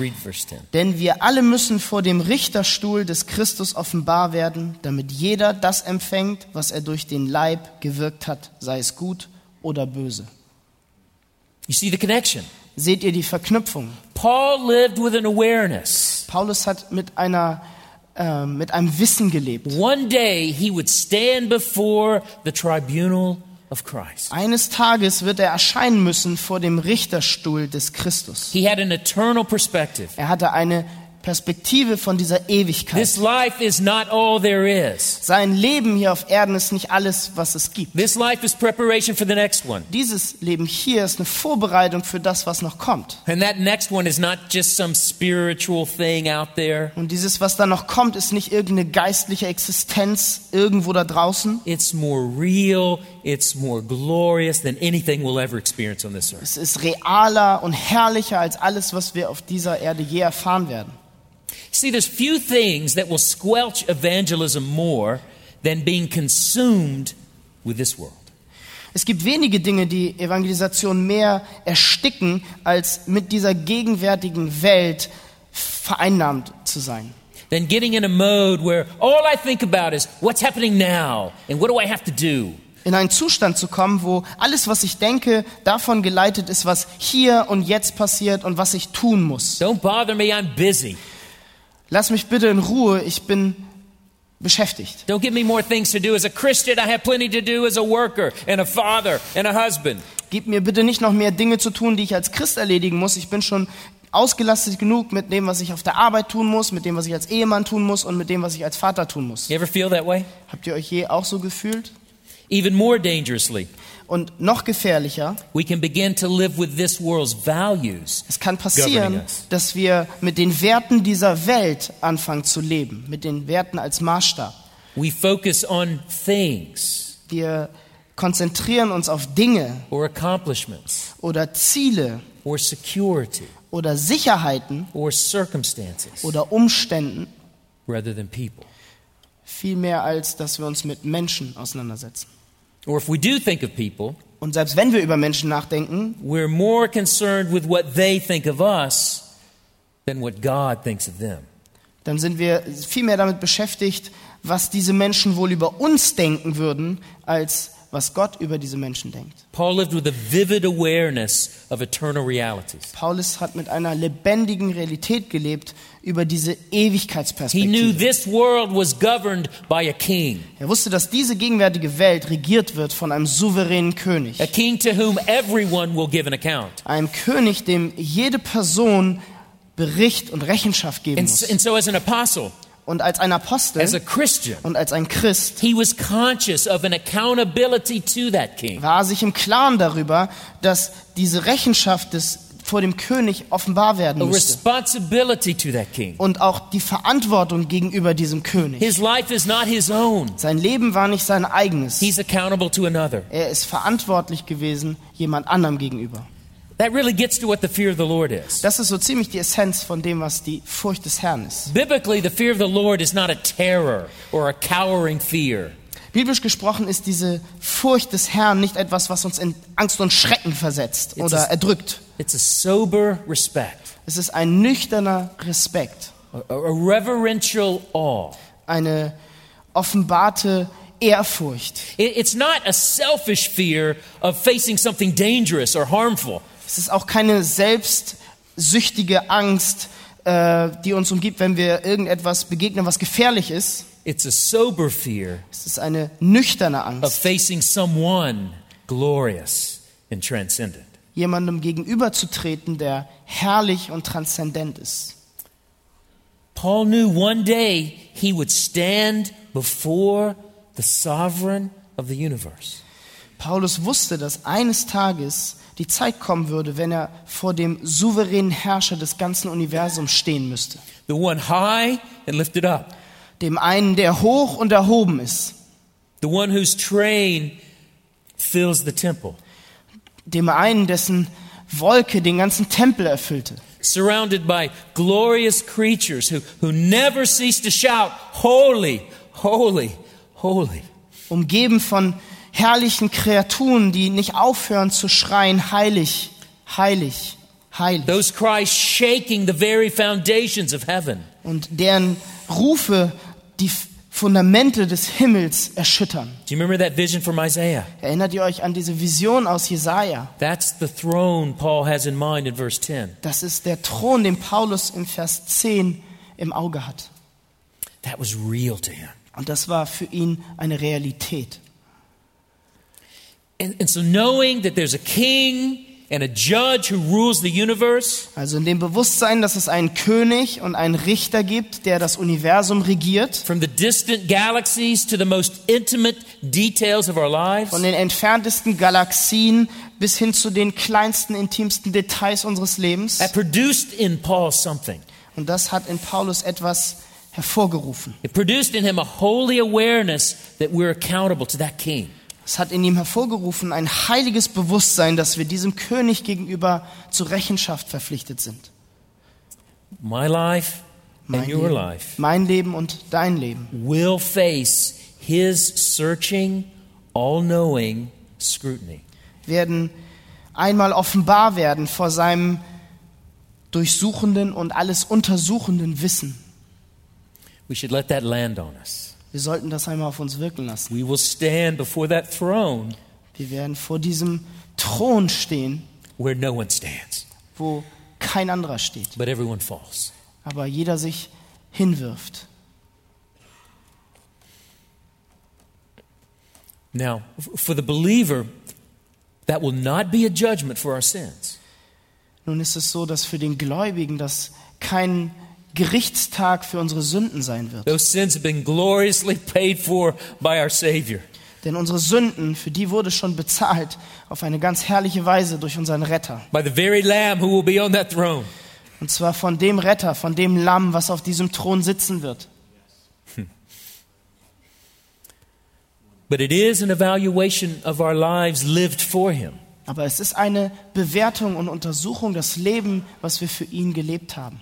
[SPEAKER 2] Read verse 10.
[SPEAKER 3] Denn wir alle müssen vor dem Richterstuhl des Christus offenbar werden, damit jeder das empfängt, was er durch den Leib gewirkt hat, sei es gut oder böse.
[SPEAKER 2] You see the connection.
[SPEAKER 3] Seht ihr die Verknüpfung?
[SPEAKER 2] Paul lived with an awareness.
[SPEAKER 3] Paulus hat mit, einer, äh, mit einem Wissen gelebt.
[SPEAKER 2] One day he would stand before the tribunal of Christ.
[SPEAKER 3] Eines Tages wird er erscheinen müssen vor dem Richterstuhl des Christus.
[SPEAKER 2] He had an eternal perspective.
[SPEAKER 3] Er hatte eine Perspektive von dieser Ewigkeit.
[SPEAKER 2] This life is not all there is.
[SPEAKER 3] Sein Leben hier auf Erden ist nicht alles, was es gibt.
[SPEAKER 2] This life is preparation for the next one.
[SPEAKER 3] Dieses Leben hier ist eine Vorbereitung für das, was noch kommt.
[SPEAKER 2] And that next one is not just some spiritual thing out there.
[SPEAKER 3] Und dieses, was da noch kommt, ist nicht irgendeine geistliche Existenz irgendwo da draußen.
[SPEAKER 2] It's more real, it's more glorious than anything we'll ever experience on this earth.
[SPEAKER 3] Es ist realer und herrlicher als alles, was wir auf dieser Erde je erfahren werden.
[SPEAKER 2] See, there's few things that will squelch evangelism more than being consumed with this world.
[SPEAKER 3] Es gibt wenige Dinge, die Evangelisation mehr ersticken, als mit dieser gegenwärtigen Welt vereinnahmt zu sein.
[SPEAKER 2] Than getting in a mode where all I think about is what's happening now and what do I have to do?
[SPEAKER 3] In einen Zustand zu kommen, wo alles, was ich denke, davon geleitet ist, was hier und jetzt passiert und was ich tun muss.
[SPEAKER 2] Don't bother me, I'm busy.
[SPEAKER 3] Lass mich bitte in Ruhe, ich bin beschäftigt.
[SPEAKER 2] Don't give me more things to do. As a Christian, I have plenty to do as a worker and a father and a husband.
[SPEAKER 3] Gib mir bitte nicht noch mehr Dinge zu tun, die ich als Christ erledigen muss. Ich bin schon ausgelastet genug mit dem, was ich auf der Arbeit tun muss, mit dem, was ich als Ehemann tun muss und mit dem, was ich als Vater tun muss.
[SPEAKER 2] You ever feel that way?
[SPEAKER 3] Habt ihr euch je auch so gefühlt?
[SPEAKER 2] Even more dangerously,
[SPEAKER 3] Und noch gefährlicher,
[SPEAKER 2] we can begin to live with this world's values.
[SPEAKER 3] es kann passieren,
[SPEAKER 2] Governing us.
[SPEAKER 3] dass wir mit den Werten dieser Welt anfangen zu leben, mit den Werten als Maßstab.
[SPEAKER 2] We focus on things
[SPEAKER 3] Wir konzentrieren uns auf Dinge
[SPEAKER 2] or accomplishments
[SPEAKER 3] oder Ziele
[SPEAKER 2] or security
[SPEAKER 3] oder Sicherheiten
[SPEAKER 2] or circumstances
[SPEAKER 3] oder Umständen
[SPEAKER 2] rather than people.
[SPEAKER 3] viel mehr als dass wir uns mit Menschen auseinandersetzen.
[SPEAKER 2] Or if we do think of people,
[SPEAKER 3] Und selbst wenn wir über Menschen nachdenken,
[SPEAKER 2] we're more concerned with what they think of us than what God thinks of them.
[SPEAKER 3] dann sind wir viel mehr damit beschäftigt, was diese Menschen wohl über uns denken würden, als was Gott über diese Menschen denkt.
[SPEAKER 2] Paul lived with a vivid awareness of eternal realities.
[SPEAKER 3] Paulus hat mit einer lebendigen Realität gelebt über diese
[SPEAKER 2] He knew
[SPEAKER 3] Ewigkeitsperspektive.
[SPEAKER 2] this world was governed by a king,
[SPEAKER 3] Er wusste, dass diese gegenwärtige Welt regiert wird von einem souveränen
[SPEAKER 2] a
[SPEAKER 3] König.
[SPEAKER 2] king to whom everyone will give an account.
[SPEAKER 3] Einem König, dem jede Person Bericht und Rechenschaft geben
[SPEAKER 2] And so,
[SPEAKER 3] muss.
[SPEAKER 2] and so, as an apostle,
[SPEAKER 3] Und als ein
[SPEAKER 2] as a
[SPEAKER 3] Apostel
[SPEAKER 2] Christian,
[SPEAKER 3] und als ein Christ
[SPEAKER 2] he was conscious of an accountability to that king.
[SPEAKER 3] war sich im Klaren darüber, dass diese Rechenschaft des, vor dem König offenbar werden
[SPEAKER 2] A
[SPEAKER 3] musste.
[SPEAKER 2] responsibility to that king.
[SPEAKER 3] Und auch die Verantwortung gegenüber diesem König.
[SPEAKER 2] His life is not his own.
[SPEAKER 3] Sein Leben war nicht sein eigenes.
[SPEAKER 2] He's accountable to another.
[SPEAKER 3] Er ist verantwortlich gewesen jemand anderem gegenüber.
[SPEAKER 2] That really gets to what the fear of the Lord is.
[SPEAKER 3] Das ist so ziemlich die Essenz von dem, was die Furcht des Herrn ist.
[SPEAKER 2] Biblically, the fear of the Lord is not a terror or a cowering fear.
[SPEAKER 3] Biblisch gesprochen ist diese Furcht des Herrn nicht etwas, was uns in Angst und Schrecken versetzt
[SPEAKER 2] Jetzt
[SPEAKER 3] oder
[SPEAKER 2] ist-
[SPEAKER 3] erdrückt.
[SPEAKER 2] It's a sober respect,
[SPEAKER 3] Es ist ein nüchterner Respekt,
[SPEAKER 2] a, a reverential awe.
[SPEAKER 3] eine offenbarte Ehrfurcht.
[SPEAKER 2] It- it's not a selfish fear of facing something dangerous or harmful.
[SPEAKER 3] Es ist auch keine selbstsüchtige Angst, äh, die uns umgibt, wenn wir irgendetwas begegnen, was gefährlich ist.
[SPEAKER 2] It's a sober fear
[SPEAKER 3] Es ist eine nüchterne
[SPEAKER 2] of
[SPEAKER 3] Angst,
[SPEAKER 2] facing someone glorious and transcendent.
[SPEAKER 3] jemandem gegenüberzutreten, der herrlich und transzendent ist.
[SPEAKER 2] Paul knew one day he would stand before the sovereign of the universe.
[SPEAKER 3] Paulus wusste, dass eines Tages die Zeit kommen würde, wenn er vor dem souveränen Herrscher des ganzen Universums stehen müsste.
[SPEAKER 2] the one high and lifted up,
[SPEAKER 3] Dem einen, der hoch und erhoben ist,
[SPEAKER 2] the one whose train fills the temple,
[SPEAKER 3] dem einen, dessen Wolke den ganzen Tempel erfüllte.
[SPEAKER 2] surrounded by glorious creatures who, who never cease to shout, Holy, holy, holy.
[SPEAKER 3] umgeben von herrlichen Kreaturen, die nicht aufhören zu schreien, heilig, heilig. heilig
[SPEAKER 2] Those cries shaking the very foundations of heaven.
[SPEAKER 3] und deren Rufe die F- Fundamente des Himmels erschüttern.
[SPEAKER 2] Do you remember that vision from Isaiah?
[SPEAKER 3] Erinnert ihr euch an diese Vision aus Jesaja?
[SPEAKER 2] That's the throne Paul has in mind in verse 10.
[SPEAKER 3] Das ist der Thron, den Paulus im Vers 10 im Auge hat.
[SPEAKER 2] That was real to him.
[SPEAKER 3] Und das war für ihn eine Realität.
[SPEAKER 2] And, and so, knowing that there's a king and a judge who rules the universe,
[SPEAKER 3] Also in dem Bewusstsein, dass es einen König und einen Richter gibt, der das Universum regiert,
[SPEAKER 2] from the distant galaxies to the most intimate details of our lives,
[SPEAKER 3] von den entferntesten Galaxien bis hin zu den kleinsten, intimsten Details unseres Lebens.
[SPEAKER 2] that produced in Paul something.
[SPEAKER 3] Und das hat in Paulus etwas hervorgerufen.
[SPEAKER 2] It produced in him a holy awareness that we're accountable to that king.
[SPEAKER 3] Es hat in ihm hervorgerufen ein heiliges Bewusstsein, dass wir diesem König gegenüber zur Rechenschaft verpflichtet sind.
[SPEAKER 2] My life and your
[SPEAKER 3] Leben,
[SPEAKER 2] life
[SPEAKER 3] mein Leben und dein Leben
[SPEAKER 2] will face his searching, all knowing scrutiny.
[SPEAKER 3] werden einmal offenbar werden vor seinem durchsuchenden und alles untersuchenden Wissen.
[SPEAKER 2] We should let that land on us.
[SPEAKER 3] Wir sollten das einmal auf uns wirken lassen.
[SPEAKER 2] We will stand before that throne
[SPEAKER 3] Wir werden vor diesem Thron stehen,
[SPEAKER 2] where no one stands,
[SPEAKER 3] wo kein anderer steht,
[SPEAKER 2] but everyone falls.
[SPEAKER 3] aber jeder sich hinwirft.
[SPEAKER 2] Now, f- for the believer, that will not be a judgment for our sins.
[SPEAKER 3] Nun ist es so, dass für den Gläubigen das kein Gerichtstag für unsere Sünden sein wird.
[SPEAKER 2] Those sins have been gloriously paid for by our Savior.
[SPEAKER 3] Denn unsere Sünden, für die wurde schon bezahlt, auf eine ganz herrliche Weise durch unseren Retter.
[SPEAKER 2] by the very Lamb who will be on that throne.
[SPEAKER 3] Und zwar von dem Retter, von dem Lamm, was auf diesem Thron sitzen wird.
[SPEAKER 2] But it is an evaluation of our lives lived for Him.
[SPEAKER 3] Aber es ist eine Bewertung und Untersuchung des Lebens, was wir für ihn gelebt haben.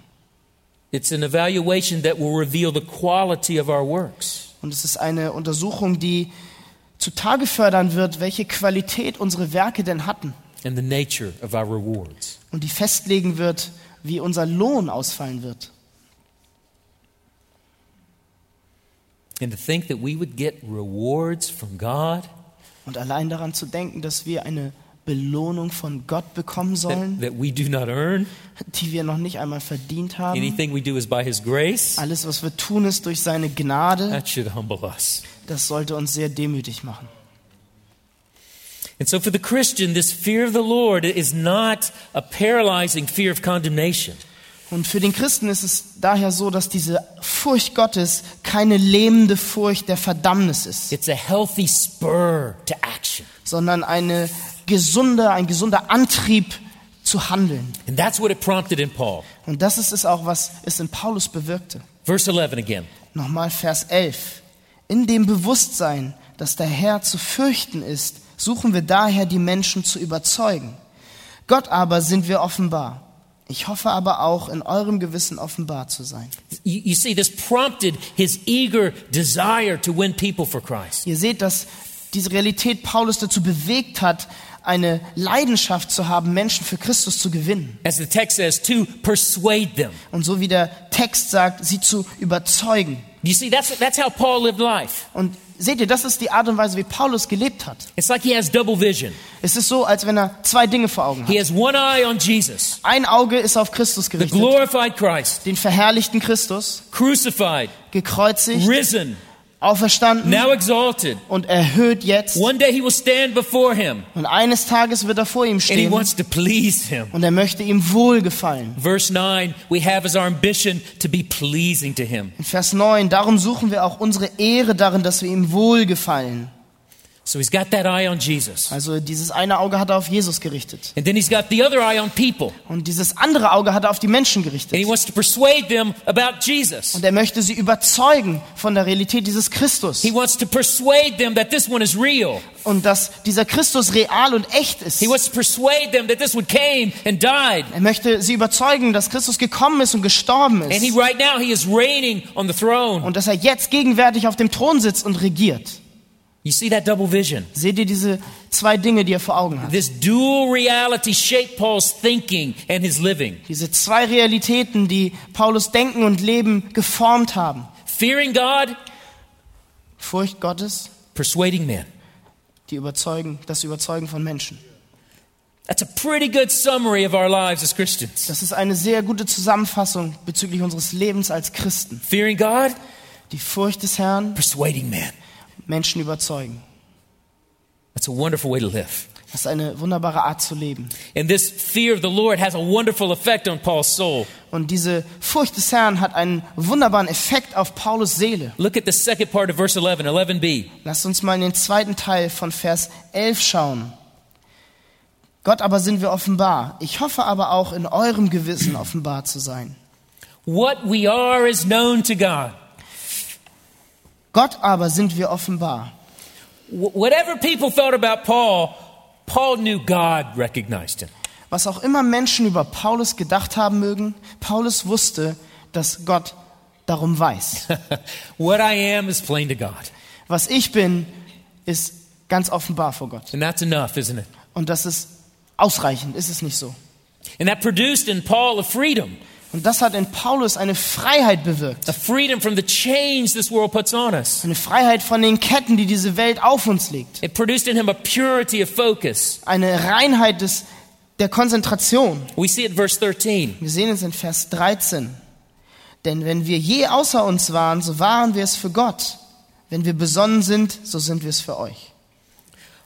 [SPEAKER 2] It's an evaluation that will reveal the quality of our works.
[SPEAKER 3] Und es ist eine Untersuchung, die zutage fördern wird, welche Qualität unsere Werke denn hatten.
[SPEAKER 2] And the nature of our rewards.
[SPEAKER 3] Und die festlegen wird, wie unser Lohn ausfallen wird.
[SPEAKER 2] And to think that we would get rewards from God,
[SPEAKER 3] Und allein daran zu denken, dass wir eine Belohnung von Gott bekommen
[SPEAKER 2] that,
[SPEAKER 3] sollen,
[SPEAKER 2] that we do not earn.
[SPEAKER 3] die wir noch nicht einmal verdient haben.
[SPEAKER 2] Anything we do is by His grace.
[SPEAKER 3] Alles, was wir tun, ist durch seine Gnade.
[SPEAKER 2] That should humble us.
[SPEAKER 3] Das sollte uns sehr demütig machen.
[SPEAKER 2] And so, for the Christian, this fear of the Lord is not a paralyzing fear of condemnation.
[SPEAKER 3] Und für den Christen ist es daher so, dass diese Furcht Gottes keine lähmende Furcht der Verdammnis ist,
[SPEAKER 2] It's a healthy spur to action.
[SPEAKER 3] sondern eine gesunde, ein gesunder Antrieb zu handeln.
[SPEAKER 2] And that's what it prompted in Paul.
[SPEAKER 3] Und das ist es auch, was es in Paulus bewirkte.
[SPEAKER 2] Verse 11 again.
[SPEAKER 3] Nochmal Vers 11. In dem Bewusstsein, dass der Herr zu fürchten ist, suchen wir daher, die Menschen zu überzeugen. Gott aber sind wir offenbar. Ich hoffe aber auch, in eurem Gewissen offenbar zu sein.
[SPEAKER 2] You, you see, this prompted his eager desire to win people for Christ.
[SPEAKER 3] Ihr seht, dass diese Realität Paulus dazu bewegt hat, eine Leidenschaft zu haben, Menschen für Christus zu gewinnen.
[SPEAKER 2] As the text says, to persuade them.
[SPEAKER 3] Und so wie der Text sagt, sie zu überzeugen.
[SPEAKER 2] You see, that's, that's how Paul lived life.
[SPEAKER 3] Und seht ihr, das ist die Art und Weise, wie Paulus gelebt hat.
[SPEAKER 2] It's like he has double vision.
[SPEAKER 3] Es ist so, als wenn er zwei Dinge vor Augen
[SPEAKER 2] He
[SPEAKER 3] hat.
[SPEAKER 2] has one eye on Jesus,
[SPEAKER 3] Ein Auge ist auf Christus
[SPEAKER 2] the
[SPEAKER 3] gerichtet,
[SPEAKER 2] glorified Christ,
[SPEAKER 3] den verherrlichten Christus,
[SPEAKER 2] crucified,
[SPEAKER 3] gekreuzigt,
[SPEAKER 2] risen,
[SPEAKER 3] auferstanden
[SPEAKER 2] now exalted.
[SPEAKER 3] und erhöht jetzt.
[SPEAKER 2] One day he will stand before him
[SPEAKER 3] Und eines Tages wird er vor ihm
[SPEAKER 2] and he
[SPEAKER 3] stehen
[SPEAKER 2] wants to please him.
[SPEAKER 3] und er möchte ihm wohlgefallen.
[SPEAKER 2] Verse 9, we have as our ambition to be pleasing to him.
[SPEAKER 3] In Vers 9, darum suchen wir auch unsere Ehre darin, dass wir ihm wohlgefallen.
[SPEAKER 2] So he's got that eye on Jesus.
[SPEAKER 3] Also dieses eine Auge hat er auf Jesus gerichtet
[SPEAKER 2] And then he's got the other eye on people.
[SPEAKER 3] und dieses andere Auge hat er auf die Menschen
[SPEAKER 2] And he
[SPEAKER 3] gerichtet.
[SPEAKER 2] wants to persuade them about Jesus.
[SPEAKER 3] Und er möchte sie überzeugen von der Realität dieses Christus
[SPEAKER 2] He wants to persuade them that this one is real.
[SPEAKER 3] und dass dieser Christus real und echt ist.
[SPEAKER 2] He wants to persuade them that this one came and died.
[SPEAKER 3] Er möchte sie überzeugen, dass Christus gekommen ist und gestorben
[SPEAKER 2] And he
[SPEAKER 3] ist
[SPEAKER 2] right now he is reigning on the throne.
[SPEAKER 3] und dass er jetzt gegenwärtig auf dem Thron sitzt und regiert.
[SPEAKER 2] You see that double vision?
[SPEAKER 3] Seht ihr diese zwei Dinge, die er vor Augen hat?
[SPEAKER 2] This dual reality shaped Paul's thinking and his living.
[SPEAKER 3] Diese zwei Realitäten, die Paulus Denken und Leben geformt haben.
[SPEAKER 2] Fearing God,
[SPEAKER 3] Furcht Gottes,
[SPEAKER 2] persuading men.
[SPEAKER 3] die Überzeugen, das Überzeugen von Menschen.
[SPEAKER 2] That's a pretty good summary of our lives as Christians.
[SPEAKER 3] Das ist eine sehr gute Zusammenfassung bezüglich unseres Lebens als Christen.
[SPEAKER 2] Fearing God,
[SPEAKER 3] Die Furcht des Herrn,
[SPEAKER 2] persuading men.
[SPEAKER 3] Menschen überzeugen.
[SPEAKER 2] That's a wonderful way to live.
[SPEAKER 3] Das ist eine wunderbare Art zu leben.
[SPEAKER 2] And this fear of the Lord has a wonderful effect on Paul's soul.
[SPEAKER 3] Und diese Furcht des Herrn hat einen wunderbaren Effekt auf Paulus Seele.
[SPEAKER 2] Look at the second part of verse 11, 11b.
[SPEAKER 3] Lasst uns mal in den zweiten Teil von Vers 11 schauen. Gott aber sind wir offenbar. Ich hoffe aber auch in eurem Gewissen offenbar zu sein.
[SPEAKER 2] What we are is known to God.
[SPEAKER 3] Gott aber sind wir offenbar.
[SPEAKER 2] Wh- Whatever people thought about Paul, Paul knew God recognized him.
[SPEAKER 3] Was auch immer Menschen über Paulus gedacht haben mögen, Paulus wusste, dass Gott darum weiß.
[SPEAKER 2] what I am is plain to God.
[SPEAKER 3] Was ich bin, ist ganz offenbar vor Gott.
[SPEAKER 2] And that's enough, isn't it?
[SPEAKER 3] Und das ist ausreichend, ist es nicht so.
[SPEAKER 2] And that produced in Paul a freedom,
[SPEAKER 3] Und das hat in Paulus eine Freiheit bewirkt.
[SPEAKER 2] a freedom from the chains this world puts on us.
[SPEAKER 3] Eine Freiheit von den Ketten, die diese Welt auf uns legt.
[SPEAKER 2] It produced in him a purity of focus.
[SPEAKER 3] Eine Reinheit des, der Konzentration.
[SPEAKER 2] We see it in verse 13.
[SPEAKER 3] Wir sehen es in Vers 13. Denn wenn wir je außer uns waren, so waren wir es für Gott. Wenn wir besonnen sind, so sind wir es für euch.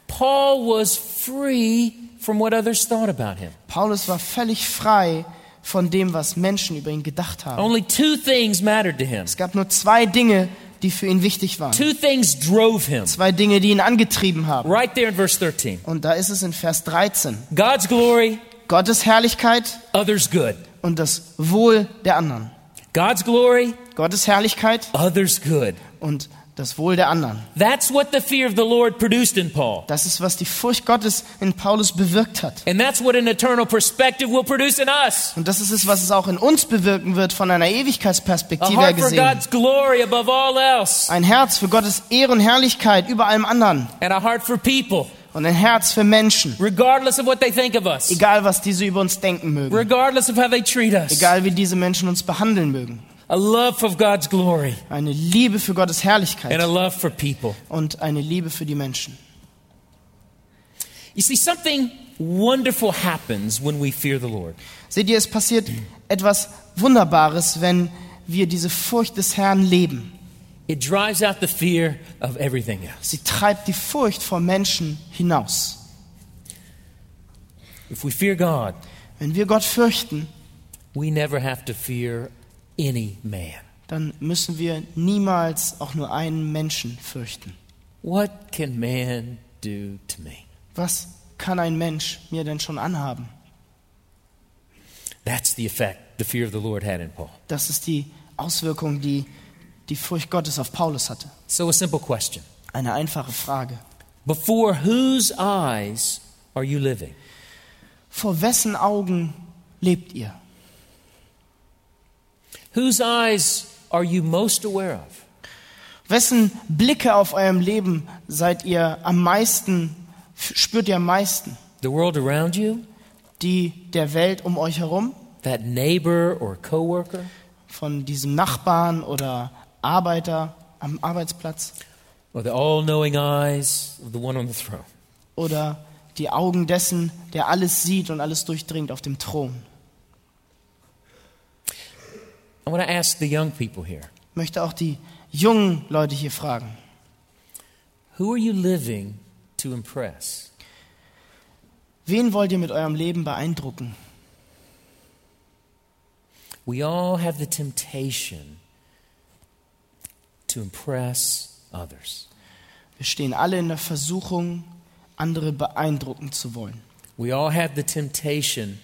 [SPEAKER 2] Paul was free from what others thought about him.
[SPEAKER 3] Paulus war völlig frei von dem, was Menschen über ihn gedacht haben.
[SPEAKER 2] Only two things mattered to him.
[SPEAKER 3] Es gab nur zwei Dinge, die für ihn wichtig waren.
[SPEAKER 2] Two things drove him.
[SPEAKER 3] Zwei Dinge, die ihn angetrieben haben.
[SPEAKER 2] Right there in verse 13.
[SPEAKER 3] Und da ist es in Vers 13.
[SPEAKER 2] God's glory,
[SPEAKER 3] Gottes Herrlichkeit
[SPEAKER 2] others' good.
[SPEAKER 3] und das Wohl der anderen.
[SPEAKER 2] God's glory,
[SPEAKER 3] Gottes Herrlichkeit
[SPEAKER 2] others' good.
[SPEAKER 3] und das Wohl der anderen.
[SPEAKER 2] That's what the fear of the Lord produced in Paul.
[SPEAKER 3] Das ist, was die Furcht Gottes in Paulus bewirkt hat.
[SPEAKER 2] And that's what an eternal perspective will produce in us.
[SPEAKER 3] Und das ist es, was es auch in uns bewirken wird, von einer
[SPEAKER 2] A
[SPEAKER 3] Ewigkeitsperspektive her
[SPEAKER 2] heart for
[SPEAKER 3] gesehen.
[SPEAKER 2] God's glory above all else,
[SPEAKER 3] Ein Herz für Gottes Ehre und Herrlichkeit über allem anderen.
[SPEAKER 2] and a heart for people,
[SPEAKER 3] Und ein Herz für Menschen.
[SPEAKER 2] regardless of what they think of us,
[SPEAKER 3] Egal, was diese über uns denken mögen.
[SPEAKER 2] regardless of how they treat us.
[SPEAKER 3] Egal, wie diese Menschen uns behandeln mögen.
[SPEAKER 2] A love for God's glory
[SPEAKER 3] Eine Liebe für Gottes
[SPEAKER 2] and a
[SPEAKER 3] Herrlichkeit
[SPEAKER 2] love for people.
[SPEAKER 3] und eine Liebe für die Menschen.
[SPEAKER 2] You see, something wonderful happens when we fear the Lord.
[SPEAKER 3] Seht ihr, es passiert etwas Wunderbares, wenn wir diese Furcht des Herrn leben.
[SPEAKER 2] It drives out the fear of everything else.
[SPEAKER 3] Sie treibt die Furcht vor Menschen hinaus.
[SPEAKER 2] If we fear God,
[SPEAKER 3] Wenn wir Gott fürchten,
[SPEAKER 2] we never have to fear any man.
[SPEAKER 3] dann müssen wir niemals auch nur einen Menschen fürchten.
[SPEAKER 2] What can man do to me?
[SPEAKER 3] Was kann ein Mensch mir denn schon anhaben?
[SPEAKER 2] That's the effect the fear of the Lord had in Paul.
[SPEAKER 3] Das ist die Auswirkung, die die Furcht Gottes auf Paulus hatte.
[SPEAKER 2] So, a simple question
[SPEAKER 3] Eine einfache Frage.
[SPEAKER 2] Before whose eyes are you living?
[SPEAKER 3] Vor wessen Augen lebt ihr?
[SPEAKER 2] Whose eyes are you most aware of?
[SPEAKER 3] Wessen Blicke auf eurem Leben seid ihr am meisten, f- spürt ihr am meisten?
[SPEAKER 2] The world around you?
[SPEAKER 3] Die der Welt um euch herum?
[SPEAKER 2] That neighbor or coworker?
[SPEAKER 3] Von diesem Nachbarn oder Arbeiter am Arbeitsplatz?
[SPEAKER 2] Or the all knowing eyes of the one on the throne?
[SPEAKER 3] Oder die Augen dessen, der alles sieht und alles durchdringt auf dem Thron?
[SPEAKER 2] I want to ask the young people here
[SPEAKER 3] Ich möchte auch die jungen Leute hier fragen.
[SPEAKER 2] who are you living to impress?
[SPEAKER 3] Wen wollt ihr mit eurem Leben beeindrucken?
[SPEAKER 2] We all have the temptation to impress others.
[SPEAKER 3] Wir stehen alle in der Versuchung, andere beeindrucken zu wollen.
[SPEAKER 2] We all have the temptation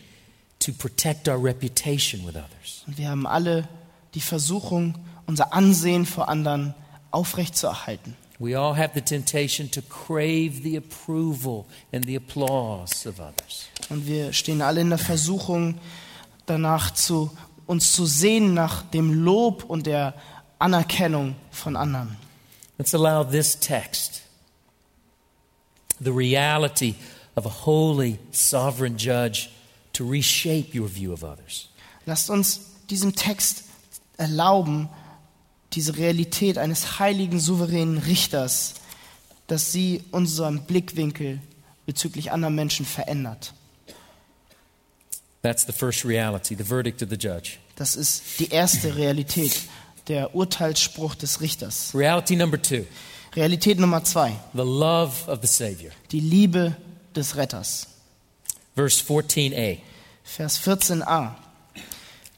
[SPEAKER 2] to protect our reputation with others.
[SPEAKER 3] Und wir haben alle die Versuchung, unser Ansehen vor anderen aufrechtzuerhalten.
[SPEAKER 2] We all have the temptation to crave the approval and the applause of others.
[SPEAKER 3] Und wir stehen alle in der Versuchung, danach zu, uns zu sehen nach dem Lob und der Anerkennung von anderen.
[SPEAKER 2] Let's allow this text the reality of a holy, sovereign judge to reshape your view of others.
[SPEAKER 3] Lasst uns diesem Text erlauben, diese Realität eines heiligen, souveränen Richters, dass sie unseren Blickwinkel bezüglich anderer Menschen verändert.
[SPEAKER 2] That's the first reality, the verdict of the judge.
[SPEAKER 3] Das ist die erste Realität, der Urteilsspruch des Richters.
[SPEAKER 2] Reality number two,
[SPEAKER 3] Realität Nummer zwei,
[SPEAKER 2] the love of the Savior.
[SPEAKER 3] die Liebe des Retters.
[SPEAKER 2] Verse 14a.
[SPEAKER 3] Vers 14a.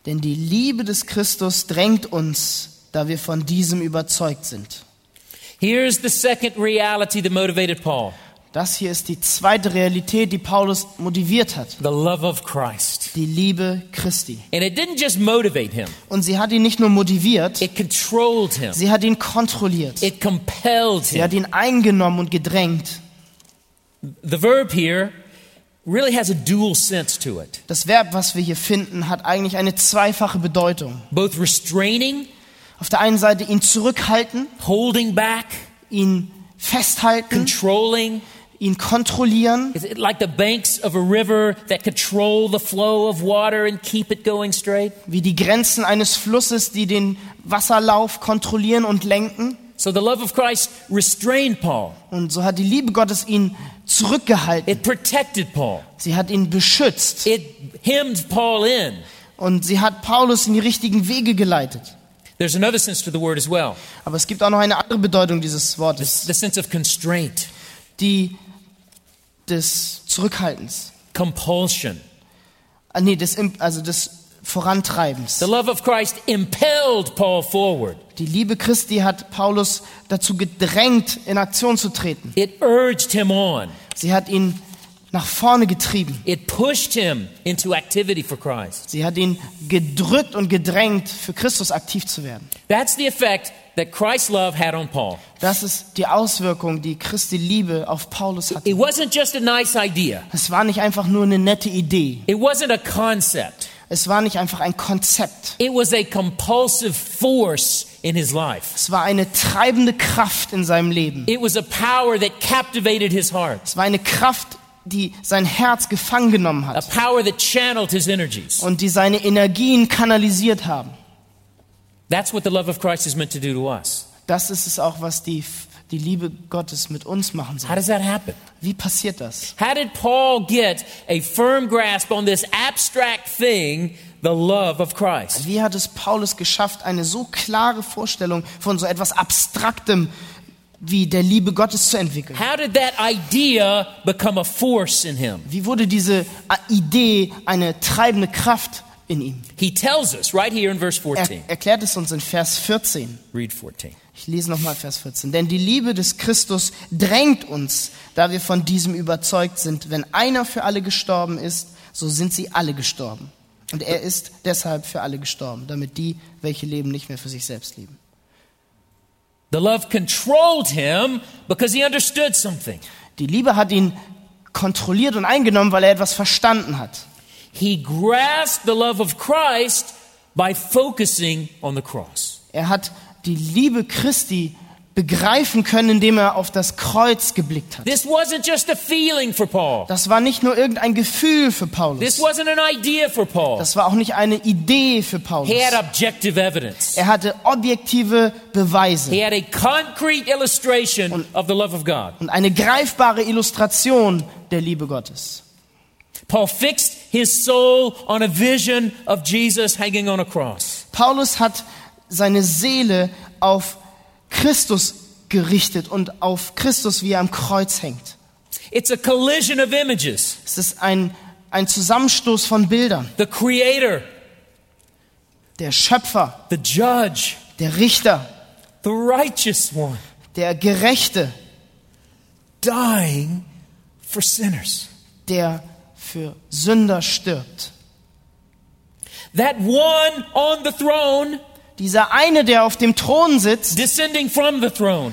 [SPEAKER 3] Denn die Liebe des Christus drängt uns, da wir von diesem überzeugt sind.
[SPEAKER 2] Here's the second reality that motivated Paul
[SPEAKER 3] Das hier ist die zweite Realität, die Paulus motiviert hat.
[SPEAKER 2] the love of Christ.
[SPEAKER 3] Die Liebe Christi.
[SPEAKER 2] And it didn't just motivate him,
[SPEAKER 3] Und sie hat ihn nicht nur motiviert,
[SPEAKER 2] it controlled him,
[SPEAKER 3] sie hat ihn kontrolliert.
[SPEAKER 2] it compelled
[SPEAKER 3] Sie
[SPEAKER 2] him.
[SPEAKER 3] hat ihn eingenommen und gedrängt.
[SPEAKER 2] The verb here really has a dual sense to it
[SPEAKER 3] Das Verb, was wir hier finden, hat eigentlich eine zweifache Bedeutung.
[SPEAKER 2] both restraining,
[SPEAKER 3] Auf der einen Seite ihn zurückhalten,
[SPEAKER 2] holding back,
[SPEAKER 3] ihn festhalten,
[SPEAKER 2] controlling.
[SPEAKER 3] ihn kontrollieren,
[SPEAKER 2] Is it like the banks of a river that control the flow of water and keep it going straight?
[SPEAKER 3] wie die Grenzen eines Flusses, die den Wasserlauf kontrollieren und lenken.
[SPEAKER 2] So the love of Christ restrained Paul.
[SPEAKER 3] Und so hat die Liebe Gottes ihn zurückgehalten.
[SPEAKER 2] It protected Paul.
[SPEAKER 3] Sie hat ihn beschützt.
[SPEAKER 2] It hemmed Paul in.
[SPEAKER 3] Und sie hat Paulus in die richtigen Wege geleitet.
[SPEAKER 2] There's another sense to the word as well
[SPEAKER 3] Aber es gibt auch noch eine andere Bedeutung dieses Wortes,
[SPEAKER 2] the sense of constraint,
[SPEAKER 3] die des Zurückhaltens,
[SPEAKER 2] compulsion.
[SPEAKER 3] Ah, nee, des, Imp- also des Vorantreibens.
[SPEAKER 2] The love of Christ impelled Paul forward,
[SPEAKER 3] Die Liebe Christi hat Paulus dazu gedrängt, in Aktion zu treten.
[SPEAKER 2] it urged him on,
[SPEAKER 3] Sie hat ihn nach vorne getrieben.
[SPEAKER 2] it pushed him into activity for Christ.
[SPEAKER 3] Sie hat ihn gedrückt und gedrängt, für Christus aktiv zu werden.
[SPEAKER 2] That's the effect that Christ's love had on Paul.
[SPEAKER 3] Das ist die Auswirkung, die Christi Liebe auf Paulus hatte.
[SPEAKER 2] It wasn't just a nice idea,
[SPEAKER 3] Es war nicht einfach nur eine nette Idee.
[SPEAKER 2] it wasn't a concept,
[SPEAKER 3] Es war nicht einfach ein Konzept.
[SPEAKER 2] it was a compulsive force in his life.
[SPEAKER 3] Es war eine treibende Kraft in seinem Leben.
[SPEAKER 2] It was a power that captivated his heart,
[SPEAKER 3] Es war eine Kraft, die sein Herz gefangen genommen
[SPEAKER 2] a
[SPEAKER 3] hat
[SPEAKER 2] power that channeled his energies.
[SPEAKER 3] und die seine Energien kanalisiert haben.
[SPEAKER 2] That's what the love of Christ is meant to do to us.
[SPEAKER 3] Das ist es auch, was die, die Liebe Gottes mit uns machen
[SPEAKER 2] How
[SPEAKER 3] soll.
[SPEAKER 2] does that happen?
[SPEAKER 3] Wie passiert das?
[SPEAKER 2] How did Paul get a firm grasp on this abstract thing, the love of Christ?
[SPEAKER 3] Wie hat es Paulus geschafft, eine so klare Vorstellung von so etwas Abstraktem wie der Liebe Gottes zu entwickeln?
[SPEAKER 2] How did that idea become a force in him?
[SPEAKER 3] Wie wurde diese Idee eine treibende Kraft in ihm?
[SPEAKER 2] He tells us right here in verse 14.
[SPEAKER 3] Er erklärt es uns in Vers 14.
[SPEAKER 2] Read 14.
[SPEAKER 3] Ich lese nochmal Vers 14. Denn die Liebe des Christus drängt uns, da wir von diesem überzeugt sind. Wenn einer für alle gestorben ist, so sind sie alle gestorben. Und er ist deshalb für alle gestorben, damit die, welche leben, nicht mehr für sich selbst leben.
[SPEAKER 2] The love controlled him because he understood something.
[SPEAKER 3] Die Liebe hat ihn kontrolliert und eingenommen, weil er etwas verstanden hat.
[SPEAKER 2] He grasped the love of Christ by focusing on the cross.
[SPEAKER 3] Er hat die Liebe Christi begreifen können, indem er auf das Kreuz geblickt hat.
[SPEAKER 2] This wasn't just a feeling for Paul.
[SPEAKER 3] Das war nicht nur irgendein Gefühl für
[SPEAKER 2] This
[SPEAKER 3] Paulus.
[SPEAKER 2] wasn't an idea for Paul.
[SPEAKER 3] Das war auch nicht eine Idee für Paulus.
[SPEAKER 2] He had objective evidence.
[SPEAKER 3] Er hatte objektive
[SPEAKER 2] He
[SPEAKER 3] Beweise
[SPEAKER 2] had a concrete illustration of the love of God.
[SPEAKER 3] und eine greifbare Illustration der Liebe Gottes.
[SPEAKER 2] Paul fixed his soul on a vision of Jesus hanging on a cross.
[SPEAKER 3] Paulus hat seine Seele auf Christus gerichtet und auf Christus, wie er am Kreuz hängt.
[SPEAKER 2] It's a collision of images.
[SPEAKER 3] Es ist ein, ein Zusammenstoß von Bildern.
[SPEAKER 2] The creator,
[SPEAKER 3] Der Schöpfer,
[SPEAKER 2] the judge,
[SPEAKER 3] der Richter,
[SPEAKER 2] the righteous one
[SPEAKER 3] der Gerechte,
[SPEAKER 2] dying for sinners.
[SPEAKER 3] der für Sünder stirbt.
[SPEAKER 2] That one on the throne,
[SPEAKER 3] Dieser eine, der auf dem Thron sitzt,
[SPEAKER 2] descending from the throne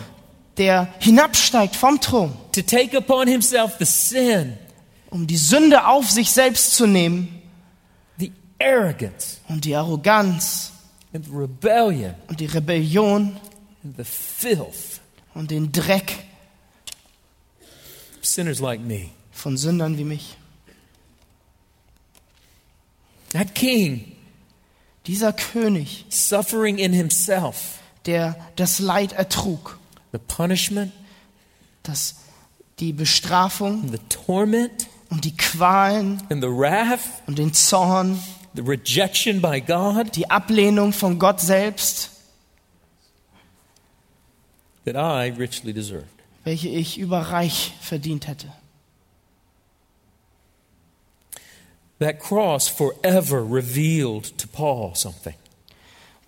[SPEAKER 3] der hinabsteigt vom Thron,
[SPEAKER 2] to take upon himself the sin,
[SPEAKER 3] um die Sünde auf sich selbst zu nehmen
[SPEAKER 2] the arrogance,
[SPEAKER 3] und die Arroganz
[SPEAKER 2] and the rebellion,
[SPEAKER 3] und die Rebellion
[SPEAKER 2] and the filth,
[SPEAKER 3] und den Dreck
[SPEAKER 2] sinners like me.
[SPEAKER 3] von Sündern wie mich.
[SPEAKER 2] That king
[SPEAKER 3] Dieser König,
[SPEAKER 2] suffering in himself
[SPEAKER 3] der das Leid ertrug,
[SPEAKER 2] the punishment,
[SPEAKER 3] das, die Bestrafung
[SPEAKER 2] the torment,
[SPEAKER 3] und die Qualen
[SPEAKER 2] and the wrath,
[SPEAKER 3] und den Zorn,
[SPEAKER 2] the rejection by God
[SPEAKER 3] die Ablehnung von Gott selbst,
[SPEAKER 2] that I richly deserved.
[SPEAKER 3] welche ich überreich verdient hätte.
[SPEAKER 2] That cross forever revealed to Paul something.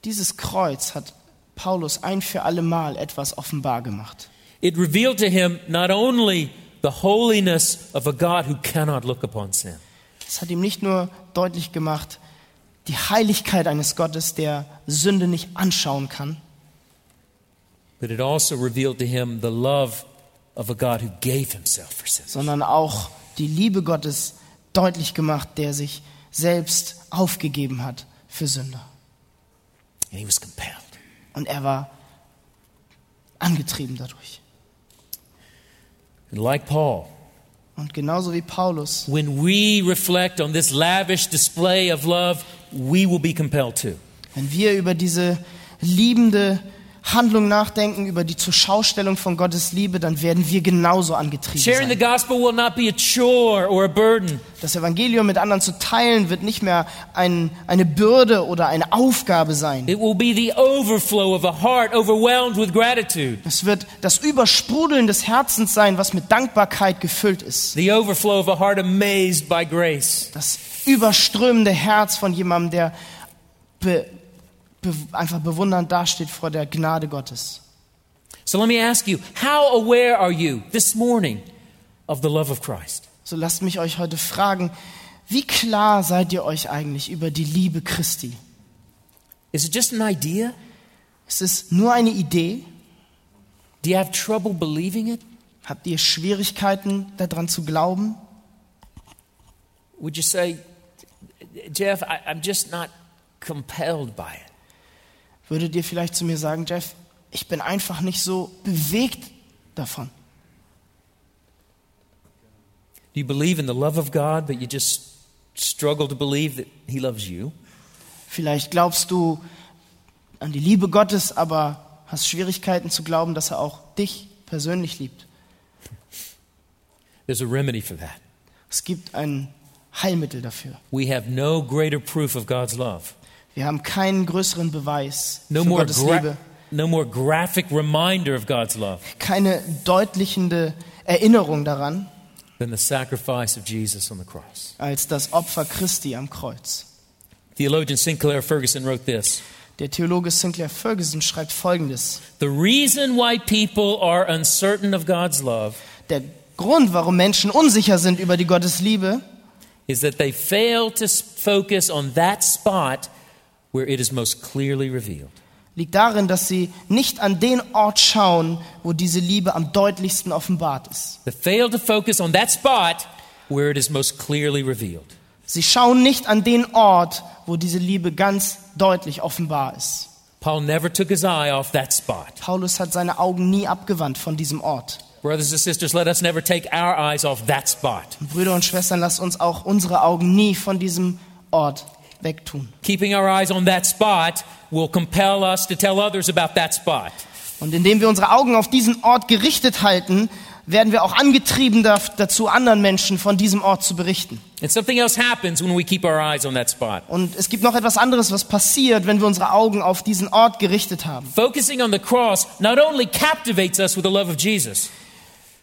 [SPEAKER 3] Dieses Kreuz hat Paulus ein für allemal etwas offenbar gemacht.
[SPEAKER 2] It revealed to him not only the holiness of a God who cannot look upon sin,
[SPEAKER 3] Es hat ihm nicht nur deutlich gemacht, die Heiligkeit eines Gottes, der Sünde nicht anschauen kann,
[SPEAKER 2] but it also revealed to him the love of a God who gave himself for sin.
[SPEAKER 3] sondern auch die Liebe Gottes deutlich gemacht, der sich selbst aufgegeben hat für Sünder.
[SPEAKER 2] And he was compelled.
[SPEAKER 3] Und er war angetrieben dadurch.
[SPEAKER 2] And like Paul,
[SPEAKER 3] Und genauso wie Paulus
[SPEAKER 2] when we reflect on this lavish display of love, we will be compelled to.
[SPEAKER 3] Wenn wir über diese liebende Handlung nachdenken, über die Zurschaustellung von Gottes Liebe, dann werden wir genauso angetrieben
[SPEAKER 2] Sharing the
[SPEAKER 3] sein.
[SPEAKER 2] gospel will not be a chore or a burden,
[SPEAKER 3] Das Evangelium mit anderen zu teilen, wird nicht mehr ein, eine Bürde oder eine Aufgabe sein.
[SPEAKER 2] it will be the overflow of a heart overwhelmed with gratitude,
[SPEAKER 3] Es wird das Übersprudeln des Herzens sein, was mit Dankbarkeit gefüllt ist.
[SPEAKER 2] the overflow of a heart amazed by grace.
[SPEAKER 3] Das überströmende Herz von jemandem, der be, be, einfach bewundernd dasteht vor der Gnade Gottes.
[SPEAKER 2] So let me ask you, how aware are you this morning of the love of Christ?
[SPEAKER 3] So lasst mich euch heute fragen, wie klar seid ihr euch eigentlich über die Liebe Christi?
[SPEAKER 2] Is it just an idea?
[SPEAKER 3] Ist es nur eine Idee?
[SPEAKER 2] Do you have trouble believing it?
[SPEAKER 3] Habt ihr Schwierigkeiten daran zu glauben?
[SPEAKER 2] Would you say, Jeff, I, I'm just not compelled by it?
[SPEAKER 3] Würdet ihr vielleicht zu mir sagen, Jeff, ich bin einfach nicht so bewegt davon.
[SPEAKER 2] Do you believe in the love of God, but you just struggle to believe that He loves you?
[SPEAKER 3] Vielleicht glaubst du an die Liebe Gottes, aber hast Schwierigkeiten zu glauben, dass er auch dich persönlich liebt.
[SPEAKER 2] There's a remedy for that.
[SPEAKER 3] Es gibt ein Heilmittel dafür.
[SPEAKER 2] We have no greater proof of God's love,
[SPEAKER 3] Wir haben keinen größeren Beweis
[SPEAKER 2] no
[SPEAKER 3] für
[SPEAKER 2] more,
[SPEAKER 3] Gottes Liebe,
[SPEAKER 2] gra- no more graphic reminder of God's love
[SPEAKER 3] keine deutlichende Erinnerung daran
[SPEAKER 2] than the sacrifice of Jesus on the cross.
[SPEAKER 3] als das Opfer Christi am Kreuz.
[SPEAKER 2] Theologian Sinclair Ferguson wrote this
[SPEAKER 3] Der Theologe Sinclair Ferguson schreibt Folgendes.
[SPEAKER 2] The reason why people are uncertain of God's love
[SPEAKER 3] Der Grund, warum Menschen unsicher sind über die Gottesliebe,
[SPEAKER 2] is that they fail to s- focus on that spot where it is most clearly revealed.
[SPEAKER 3] liegt darin, dass sie nicht an den Ort schauen, wo diese Liebe am deutlichsten offenbart ist.
[SPEAKER 2] They fail to focus on that spot where it is most clearly revealed.
[SPEAKER 3] Sie schauen nicht an den Ort, wo diese Liebe ganz deutlich offenbar ist.
[SPEAKER 2] Paul never took his eye off that spot.
[SPEAKER 3] Paulus hat seine Augen nie abgewandt von diesem Ort.
[SPEAKER 2] Brothers and sisters, let us never take our eyes off that spot.
[SPEAKER 3] Und Brüder und Schwestern, lasst uns auch unsere Augen nie von diesem Ort wegtun.
[SPEAKER 2] Keeping our eyes on that spot will compel us to tell others about that spot.
[SPEAKER 3] Und indem wir unsere Augen auf diesen Ort gerichtet halten, werden wir auch angetrieben da- dazu, anderen Menschen von diesem Ort zu berichten.
[SPEAKER 2] And something else happens when we keep our eyes on that spot.
[SPEAKER 3] Und es gibt noch etwas anderes, was passiert, wenn wir unsere Augen auf diesen Ort gerichtet haben.
[SPEAKER 2] Focusing on the cross not only captivates us with the love of Jesus,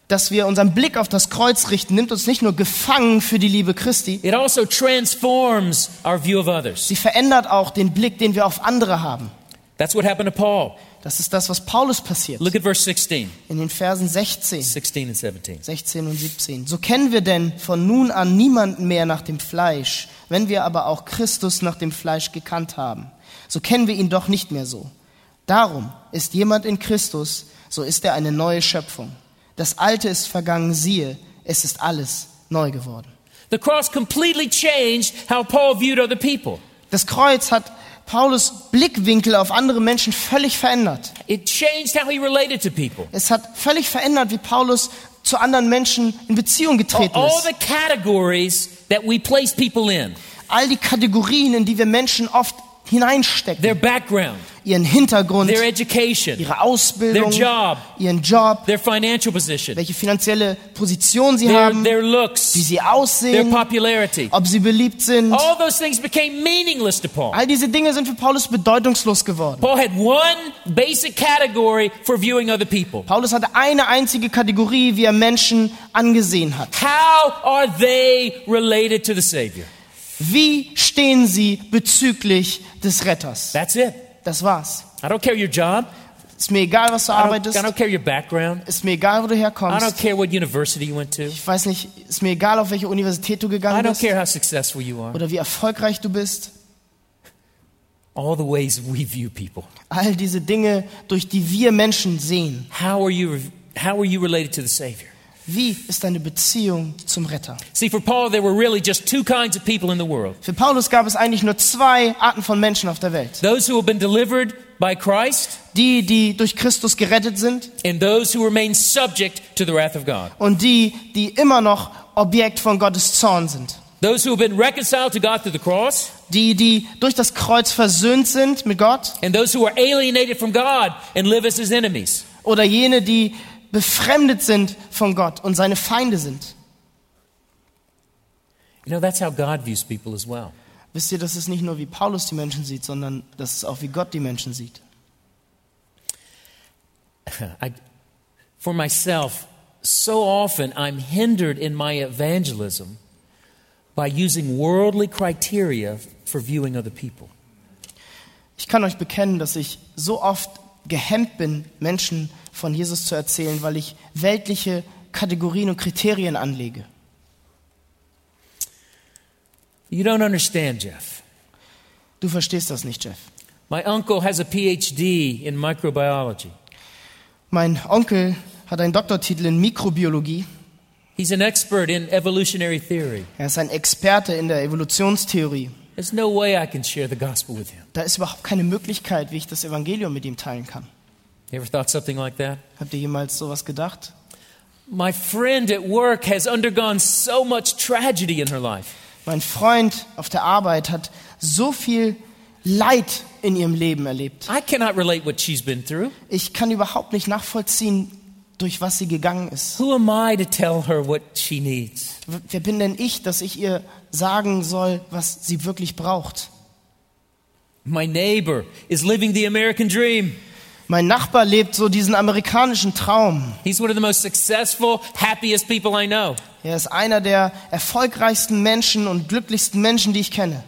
[SPEAKER 3] Dass wir unseren Blick auf das Kreuz richten, nimmt uns nicht nur gefangen für die Liebe Christi,
[SPEAKER 2] it also transforms our view of others.
[SPEAKER 3] sie verändert auch den Blick, den wir auf andere haben.
[SPEAKER 2] That's what happened to Paul.
[SPEAKER 3] Das ist das, was Paulus passiert.
[SPEAKER 2] Look at verse 16,
[SPEAKER 3] In den Versen 16,
[SPEAKER 2] 16 and 17.
[SPEAKER 3] 16 und 17. So kennen wir denn von nun an niemanden mehr nach dem Fleisch, wenn wir aber auch Christus nach dem Fleisch gekannt haben. So kennen wir ihn doch nicht mehr so. Darum ist jemand in Christus, so ist er eine neue Schöpfung. Das Alte ist vergangen, siehe, es ist alles neu geworden.
[SPEAKER 2] The cross completely changed how Paul viewed other people.
[SPEAKER 3] Das Kreuz hat Paulus Blickwinkel auf andere Menschen völlig verändert.
[SPEAKER 2] It changed how he related to people.
[SPEAKER 3] Es hat völlig verändert, wie Paulus zu anderen Menschen in Beziehung getreten
[SPEAKER 2] all
[SPEAKER 3] ist.
[SPEAKER 2] Oh, the categories that we place people in,
[SPEAKER 3] All die Kategorien, in die wir Menschen oft
[SPEAKER 2] their
[SPEAKER 3] hineinstecken.
[SPEAKER 2] background,
[SPEAKER 3] Ihren Hintergrund,
[SPEAKER 2] their education,
[SPEAKER 3] ihre Ausbildung,
[SPEAKER 2] their job,
[SPEAKER 3] ihren Job,
[SPEAKER 2] their financial position,
[SPEAKER 3] welche finanzielle Position sie
[SPEAKER 2] their,
[SPEAKER 3] haben,
[SPEAKER 2] their
[SPEAKER 3] wie
[SPEAKER 2] looks,
[SPEAKER 3] sie
[SPEAKER 2] their Oh.
[SPEAKER 3] aussehen,
[SPEAKER 2] popularity.
[SPEAKER 3] ob sie beliebt sind.
[SPEAKER 2] All those things became meaningless to Paul.
[SPEAKER 3] All diese Dinge sind für Paulus bedeutungslos geworden.
[SPEAKER 2] Paul had one basic category for viewing other people.
[SPEAKER 3] Paulus hatte eine einzige Kategorie, wie er Menschen angesehen hat.
[SPEAKER 2] How are they related to the Savior?
[SPEAKER 3] Wie stehen sie bezüglich des Retters?
[SPEAKER 2] That's it.
[SPEAKER 3] Das war's.
[SPEAKER 2] I don't care your job.
[SPEAKER 3] Ist mir egal, was du
[SPEAKER 2] I don't,
[SPEAKER 3] arbeitest.
[SPEAKER 2] I don't care your background.
[SPEAKER 3] Ist mir egal, wo du
[SPEAKER 2] I don't
[SPEAKER 3] herkommst.
[SPEAKER 2] care what university you went to.
[SPEAKER 3] Ich weiß nicht, ist mir egal, auf welche Universität du
[SPEAKER 2] I
[SPEAKER 3] gegangen
[SPEAKER 2] don't
[SPEAKER 3] bist
[SPEAKER 2] care how successful you are.
[SPEAKER 3] oder wie erfolgreich du bist.
[SPEAKER 2] All the ways we view people.
[SPEAKER 3] All diese Dinge, durch die wir Menschen sehen.
[SPEAKER 2] How are you, how are you related to the Savior?
[SPEAKER 3] Wie ist deine Beziehung zum Retter?
[SPEAKER 2] See, for Paul, there were really just two kinds of people in the world
[SPEAKER 3] Für Paulus gab es eigentlich nur zwei Arten von Menschen auf der Welt.
[SPEAKER 2] those who have been delivered by Christ
[SPEAKER 3] Die, die durch Christus gerettet sind
[SPEAKER 2] and those who remain subject to the wrath of God.
[SPEAKER 3] und die, die immer noch Objekt von Gottes Zorn sind.
[SPEAKER 2] Those who have been reconciled to God through the cross
[SPEAKER 3] Die, die durch das Kreuz versöhnt sind mit Gott
[SPEAKER 2] and those who are alienated from God and live as his enemies.
[SPEAKER 3] oder jene, die befremdet sind von Gott und seine Feinde sind.
[SPEAKER 2] You know, that's how God views people as well.
[SPEAKER 3] Wisst ihr, dass es nicht nur wie Paulus die Menschen sieht, sondern dass es auch wie Gott die Menschen sieht.
[SPEAKER 2] I, for myself, so often I'm hindered in my evangelism by using worldly criteria for viewing other people.
[SPEAKER 3] Ich kann euch bekennen, dass ich so oft gehemmt bin, Menschen von Jesus zu erzählen, weil ich weltliche Kategorien und Kriterien anlege.
[SPEAKER 2] You don't understand, Jeff.
[SPEAKER 3] Du verstehst das nicht, Jeff.
[SPEAKER 2] My uncle has a PhD in microbiology.
[SPEAKER 3] Mein Onkel hat einen Doktortitel in Mikrobiologie.
[SPEAKER 2] He's an expert in evolutionary theory.
[SPEAKER 3] Er ist ein Experte in der Evolutionstheorie.
[SPEAKER 2] There's no way I can share the gospel with him.
[SPEAKER 3] Da ist überhaupt keine Möglichkeit, wie ich das Evangelium mit ihm teilen kann.
[SPEAKER 2] You ever thought something like that?
[SPEAKER 3] Habt ihr jemals sowas gedacht?
[SPEAKER 2] My friend at work has undergone so much tragedy in her life.
[SPEAKER 3] Mein Freund auf der Arbeit hat so viel Leid in ihrem Leben erlebt.
[SPEAKER 2] I cannot relate what she's been through.
[SPEAKER 3] Ich kann überhaupt nicht nachvollziehen, durch was sie gegangen ist.
[SPEAKER 2] Who am I to tell her what she needs?
[SPEAKER 3] W- Wer bin denn ich, dass ich ihr sagen soll, was sie wirklich braucht?
[SPEAKER 2] My neighbor is living the American dream.
[SPEAKER 3] Mein Nachbar lebt so diesen amerikanischen Traum.
[SPEAKER 2] He's one of the most successful, happiest people I know.
[SPEAKER 3] Er ist einer der erfolgreichsten Menschen und glücklichsten Menschen, die ich kenne.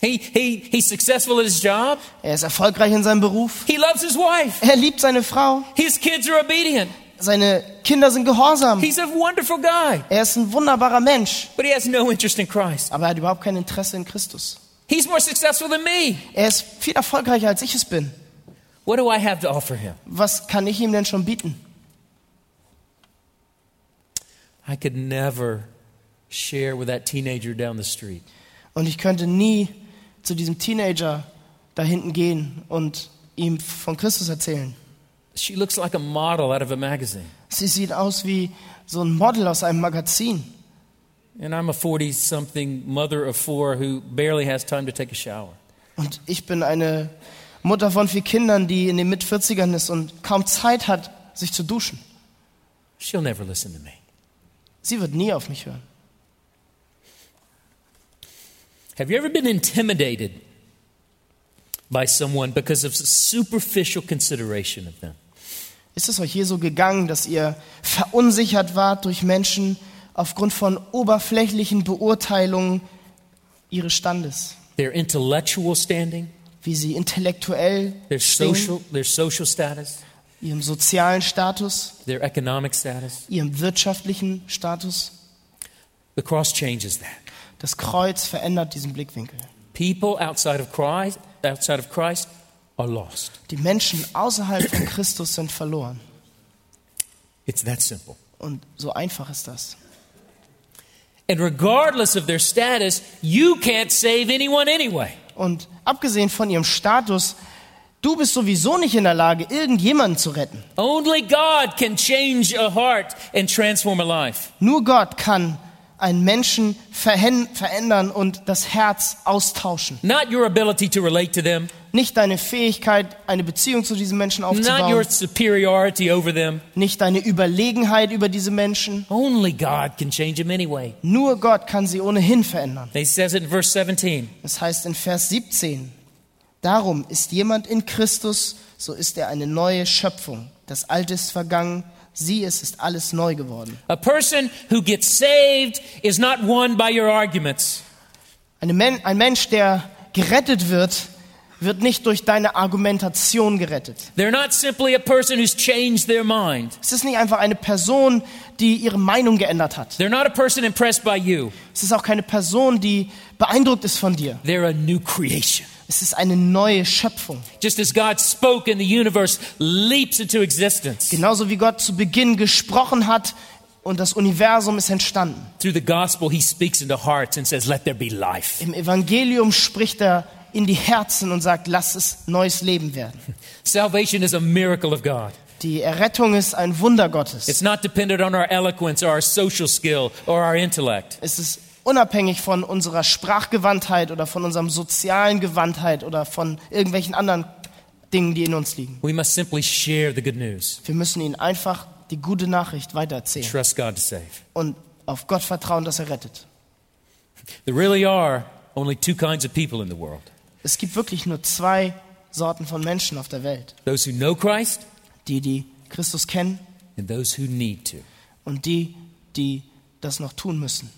[SPEAKER 2] He, he, he's successful at his job.
[SPEAKER 3] Er ist erfolgreich in seinem Beruf.
[SPEAKER 2] He loves his wife.
[SPEAKER 3] Er liebt seine Frau.
[SPEAKER 2] His kids are obedient.
[SPEAKER 3] Seine Kinder sind gehorsam.
[SPEAKER 2] He's a wonderful guy,
[SPEAKER 3] Er ist ein wunderbarer Mensch,
[SPEAKER 2] but he has no interest in Christ.
[SPEAKER 3] aber er hat überhaupt kein Interesse in Christus.
[SPEAKER 2] He's more successful than me.
[SPEAKER 3] Er ist viel erfolgreicher, als ich es bin.
[SPEAKER 2] What do I have to offer him?
[SPEAKER 3] Was kann ich ihm denn schon bieten?
[SPEAKER 2] I could never share with that teenager down the street.
[SPEAKER 3] Und ich könnte nie zu diesem Teenager da hinten gehen und ihm von Christus erzählen.
[SPEAKER 2] She looks like a model out of a magazine.
[SPEAKER 3] Sie sieht aus wie so ein Model aus einem Magazin.
[SPEAKER 2] And I'm a 40 something mother of four who barely has time to take a shower.
[SPEAKER 3] Und ich bin eine Mutter von vier Kindern, die in den Mit-40ern ist und kaum Zeit hat, sich zu duschen.
[SPEAKER 2] She'll never listen to me.
[SPEAKER 3] Sie wird nie auf mich hören.
[SPEAKER 2] Have you ever been intimidated by someone because of superficial consideration of them?
[SPEAKER 3] Ist es euch hier so gegangen, dass ihr verunsichert wart durch Menschen aufgrund von oberflächlichen Beurteilungen ihres Standes?
[SPEAKER 2] Their intellectual standing,
[SPEAKER 3] Wie sie intellektuell
[SPEAKER 2] their
[SPEAKER 3] stehen,
[SPEAKER 2] social, their social status,
[SPEAKER 3] ihrem sozialen Status,
[SPEAKER 2] their economic status.
[SPEAKER 3] ihrem wirtschaftlichen Status.
[SPEAKER 2] The cross changes that.
[SPEAKER 3] Das Kreuz verändert diesen Blickwinkel.
[SPEAKER 2] People outside of Christ, outside of Christ are lost.
[SPEAKER 3] Die Menschen außerhalb von Christus sind verloren.
[SPEAKER 2] It's that simple.
[SPEAKER 3] Und so einfach ist das.
[SPEAKER 2] And regardless of their status, you can't save anyone anyway.
[SPEAKER 3] Und abgesehen von ihrem Status, Du bist sowieso nicht in der Lage, irgendjemanden zu retten.
[SPEAKER 2] Only God can change a heart and transform a life.
[SPEAKER 3] Nur Gott kann einen Menschen verhän- verändern und das Herz austauschen.
[SPEAKER 2] Not your ability to relate to them,
[SPEAKER 3] Nicht deine Fähigkeit, eine Beziehung zu diesem Menschen
[SPEAKER 2] not your
[SPEAKER 3] aufzubauen,
[SPEAKER 2] superiority over them.
[SPEAKER 3] nicht deine Überlegenheit über diese Menschen.
[SPEAKER 2] Only God can change them anyway.
[SPEAKER 3] Nur Gott kann sie ohnehin verändern.
[SPEAKER 2] He says it in verse 17.
[SPEAKER 3] Das heißt in Vers 17, darum ist jemand in Christus, so ist er eine neue Schöpfung. Das Alte ist vergangen, sieh, es ist alles neu geworden.
[SPEAKER 2] A person who gets saved is not won by your arguments.
[SPEAKER 3] Eine Men ein Mensch, der gerettet wird, wird nicht durch deine Argumentation gerettet.
[SPEAKER 2] They're not simply a person who's changed their mind.
[SPEAKER 3] Es ist nicht einfach eine Person, die ihre Meinung geändert hat.
[SPEAKER 2] They're not a person impressed by you.
[SPEAKER 3] Es ist auch keine Person, die beeindruckt ist von dir.
[SPEAKER 2] They're a new creation.
[SPEAKER 3] Es ist eine neue Schöpfung.
[SPEAKER 2] Just as God spoke and the universe leaps into existence
[SPEAKER 3] Genauso wie Gott zu Beginn gesprochen hat und das Universum ist entstanden.
[SPEAKER 2] through the gospel, He speaks into hearts and says, Let there be life.
[SPEAKER 3] Im Evangelium spricht er in die Herzen und sagt, lass es neues Leben werden.
[SPEAKER 2] Salvation is a miracle of God.
[SPEAKER 3] Die Errettung ist ein Wunder Gottes.
[SPEAKER 2] It's not dependent on our eloquence or our social skill or our intellect.
[SPEAKER 3] Es ist unabhängig von unserer Sprachgewandtheit oder von unserem sozialen Gewandtheit oder von irgendwelchen anderen Dingen, die in uns liegen.
[SPEAKER 2] We must simply share the good news.
[SPEAKER 3] Wir müssen ihnen einfach die gute Nachricht weitererzählen
[SPEAKER 2] Trust God to save.
[SPEAKER 3] und auf Gott vertrauen, dass er rettet.
[SPEAKER 2] There really are only two kinds of people in the world
[SPEAKER 3] Es gibt wirklich nur zwei Sorten von Menschen auf der Welt.
[SPEAKER 2] those who know Christ
[SPEAKER 3] Die, die Christus kennen
[SPEAKER 2] and those who need to.
[SPEAKER 3] und die, die das noch tun müssen.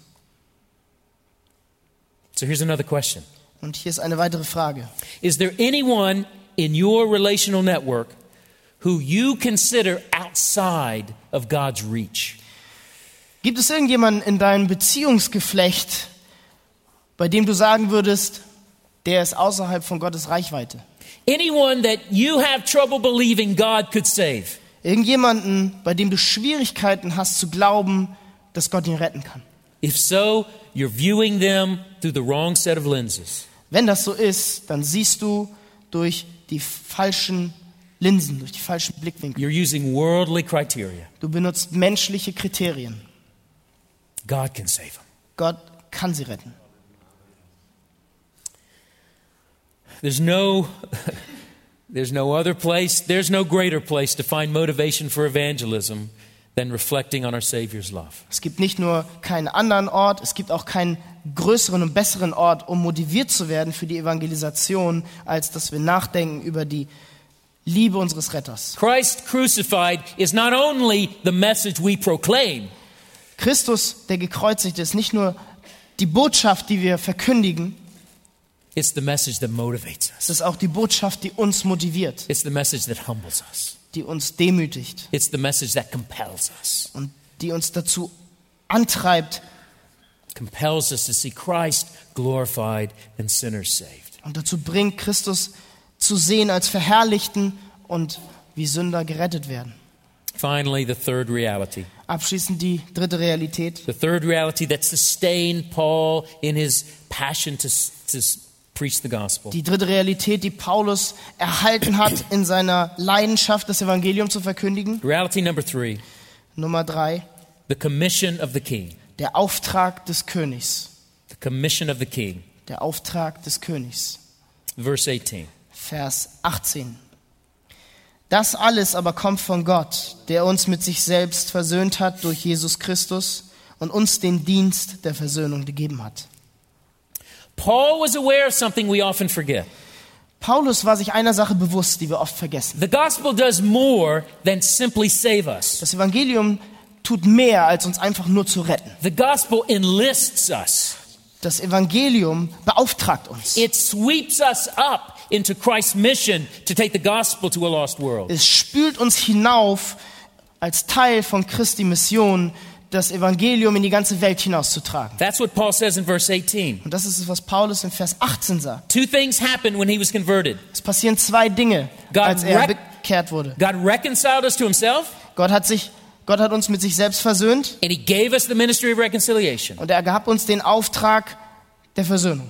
[SPEAKER 2] So here's another question
[SPEAKER 3] Und hier ist eine weitere Frage.
[SPEAKER 2] Is there anyone in your relational network who you consider outside of God's reach?
[SPEAKER 3] Gibt es irgendjemanden in deinem Beziehungsgeflecht, bei dem du sagen würdest, der ist außerhalb von Gottes Reichweite?
[SPEAKER 2] Anyone that you have trouble believing God could save?
[SPEAKER 3] Irgendjemanden, bei dem du Schwierigkeiten hast zu glauben, dass Gott ihn retten kann?
[SPEAKER 2] If so, you're viewing them through the wrong set of lenses.
[SPEAKER 3] Wenn das so ist, dann siehst du durch die falschen Linsen, durch die falschen Blickwinkel.
[SPEAKER 2] You're using worldly criteria.
[SPEAKER 3] Du benutzt menschliche Kriterien.
[SPEAKER 2] God can save them.
[SPEAKER 3] Gott kann sie retten.
[SPEAKER 2] There's no there's no other place, there's no greater place to find motivation for evangelism than reflecting on our Savior's love.
[SPEAKER 3] Es gibt nicht nur keinen anderen Ort, es gibt auch keinen größeren und besseren Ort, um motiviert zu werden für die Evangelisation, als dass wir nachdenken über die Liebe unseres Retters.
[SPEAKER 2] Christ crucified is not only the message we proclaim,
[SPEAKER 3] Christus, der gekreuzigte, ist nicht nur die Botschaft, die wir verkündigen,
[SPEAKER 2] it's the message that motivates us.
[SPEAKER 3] es ist auch die Botschaft, die uns motiviert,
[SPEAKER 2] It's the message that humbles us.
[SPEAKER 3] die uns demütigt
[SPEAKER 2] It's the message that compels us.
[SPEAKER 3] und die uns dazu antreibt
[SPEAKER 2] Compels us to see Christ glorified and sinners saved.
[SPEAKER 3] und dazu bringt, Christus zu sehen als Verherrlichten und wie Sünder gerettet werden.
[SPEAKER 2] Finally, the third reality.
[SPEAKER 3] Abschließend die dritte Realität.
[SPEAKER 2] The third reality that sustained Paul in his passion to, to preach the gospel.
[SPEAKER 3] Die dritte Realität, die Paulus erhalten hat in seiner Leidenschaft, das Evangelium zu verkündigen.
[SPEAKER 2] Reality number three
[SPEAKER 3] Nummer drei,
[SPEAKER 2] the commission of the king.
[SPEAKER 3] der Auftrag des Königs.
[SPEAKER 2] The commission of the king.
[SPEAKER 3] Der Auftrag des Königs.
[SPEAKER 2] Verse 18.
[SPEAKER 3] Vers 18. Das alles aber kommt von Gott, der uns mit sich selbst versöhnt hat durch Jesus Christus und uns den Dienst der Versöhnung gegeben hat.
[SPEAKER 2] Paul was aware of something we often forget.
[SPEAKER 3] Paulus war sich einer Sache bewusst, die wir oft vergessen.
[SPEAKER 2] The gospel does more than simply save us.
[SPEAKER 3] Das Evangelium tut mehr, als uns einfach nur zu retten.
[SPEAKER 2] The gospel enlists us.
[SPEAKER 3] Das Evangelium beauftragt uns.
[SPEAKER 2] It sweeps us up into Christ's mission to take the gospel to a lost world.
[SPEAKER 3] Es spült uns hinauf als Teil von Christi Mission, das Evangelium in die ganze Welt hinauszutragen.
[SPEAKER 2] That's what Paul says in verse 18.
[SPEAKER 3] Und das ist es, was Paulus in Vers 18 sagt.
[SPEAKER 2] Two things happened when he was converted.
[SPEAKER 3] Es passieren zwei Dinge,
[SPEAKER 2] God
[SPEAKER 3] als er
[SPEAKER 2] rec-
[SPEAKER 3] bekehrt wurde.
[SPEAKER 2] God reconciled us to himself
[SPEAKER 3] Gott hat sich, Gott hat uns mit sich selbst versöhnt
[SPEAKER 2] and he gave us the ministry of reconciliation.
[SPEAKER 3] und er gab uns den Auftrag der Versöhnung.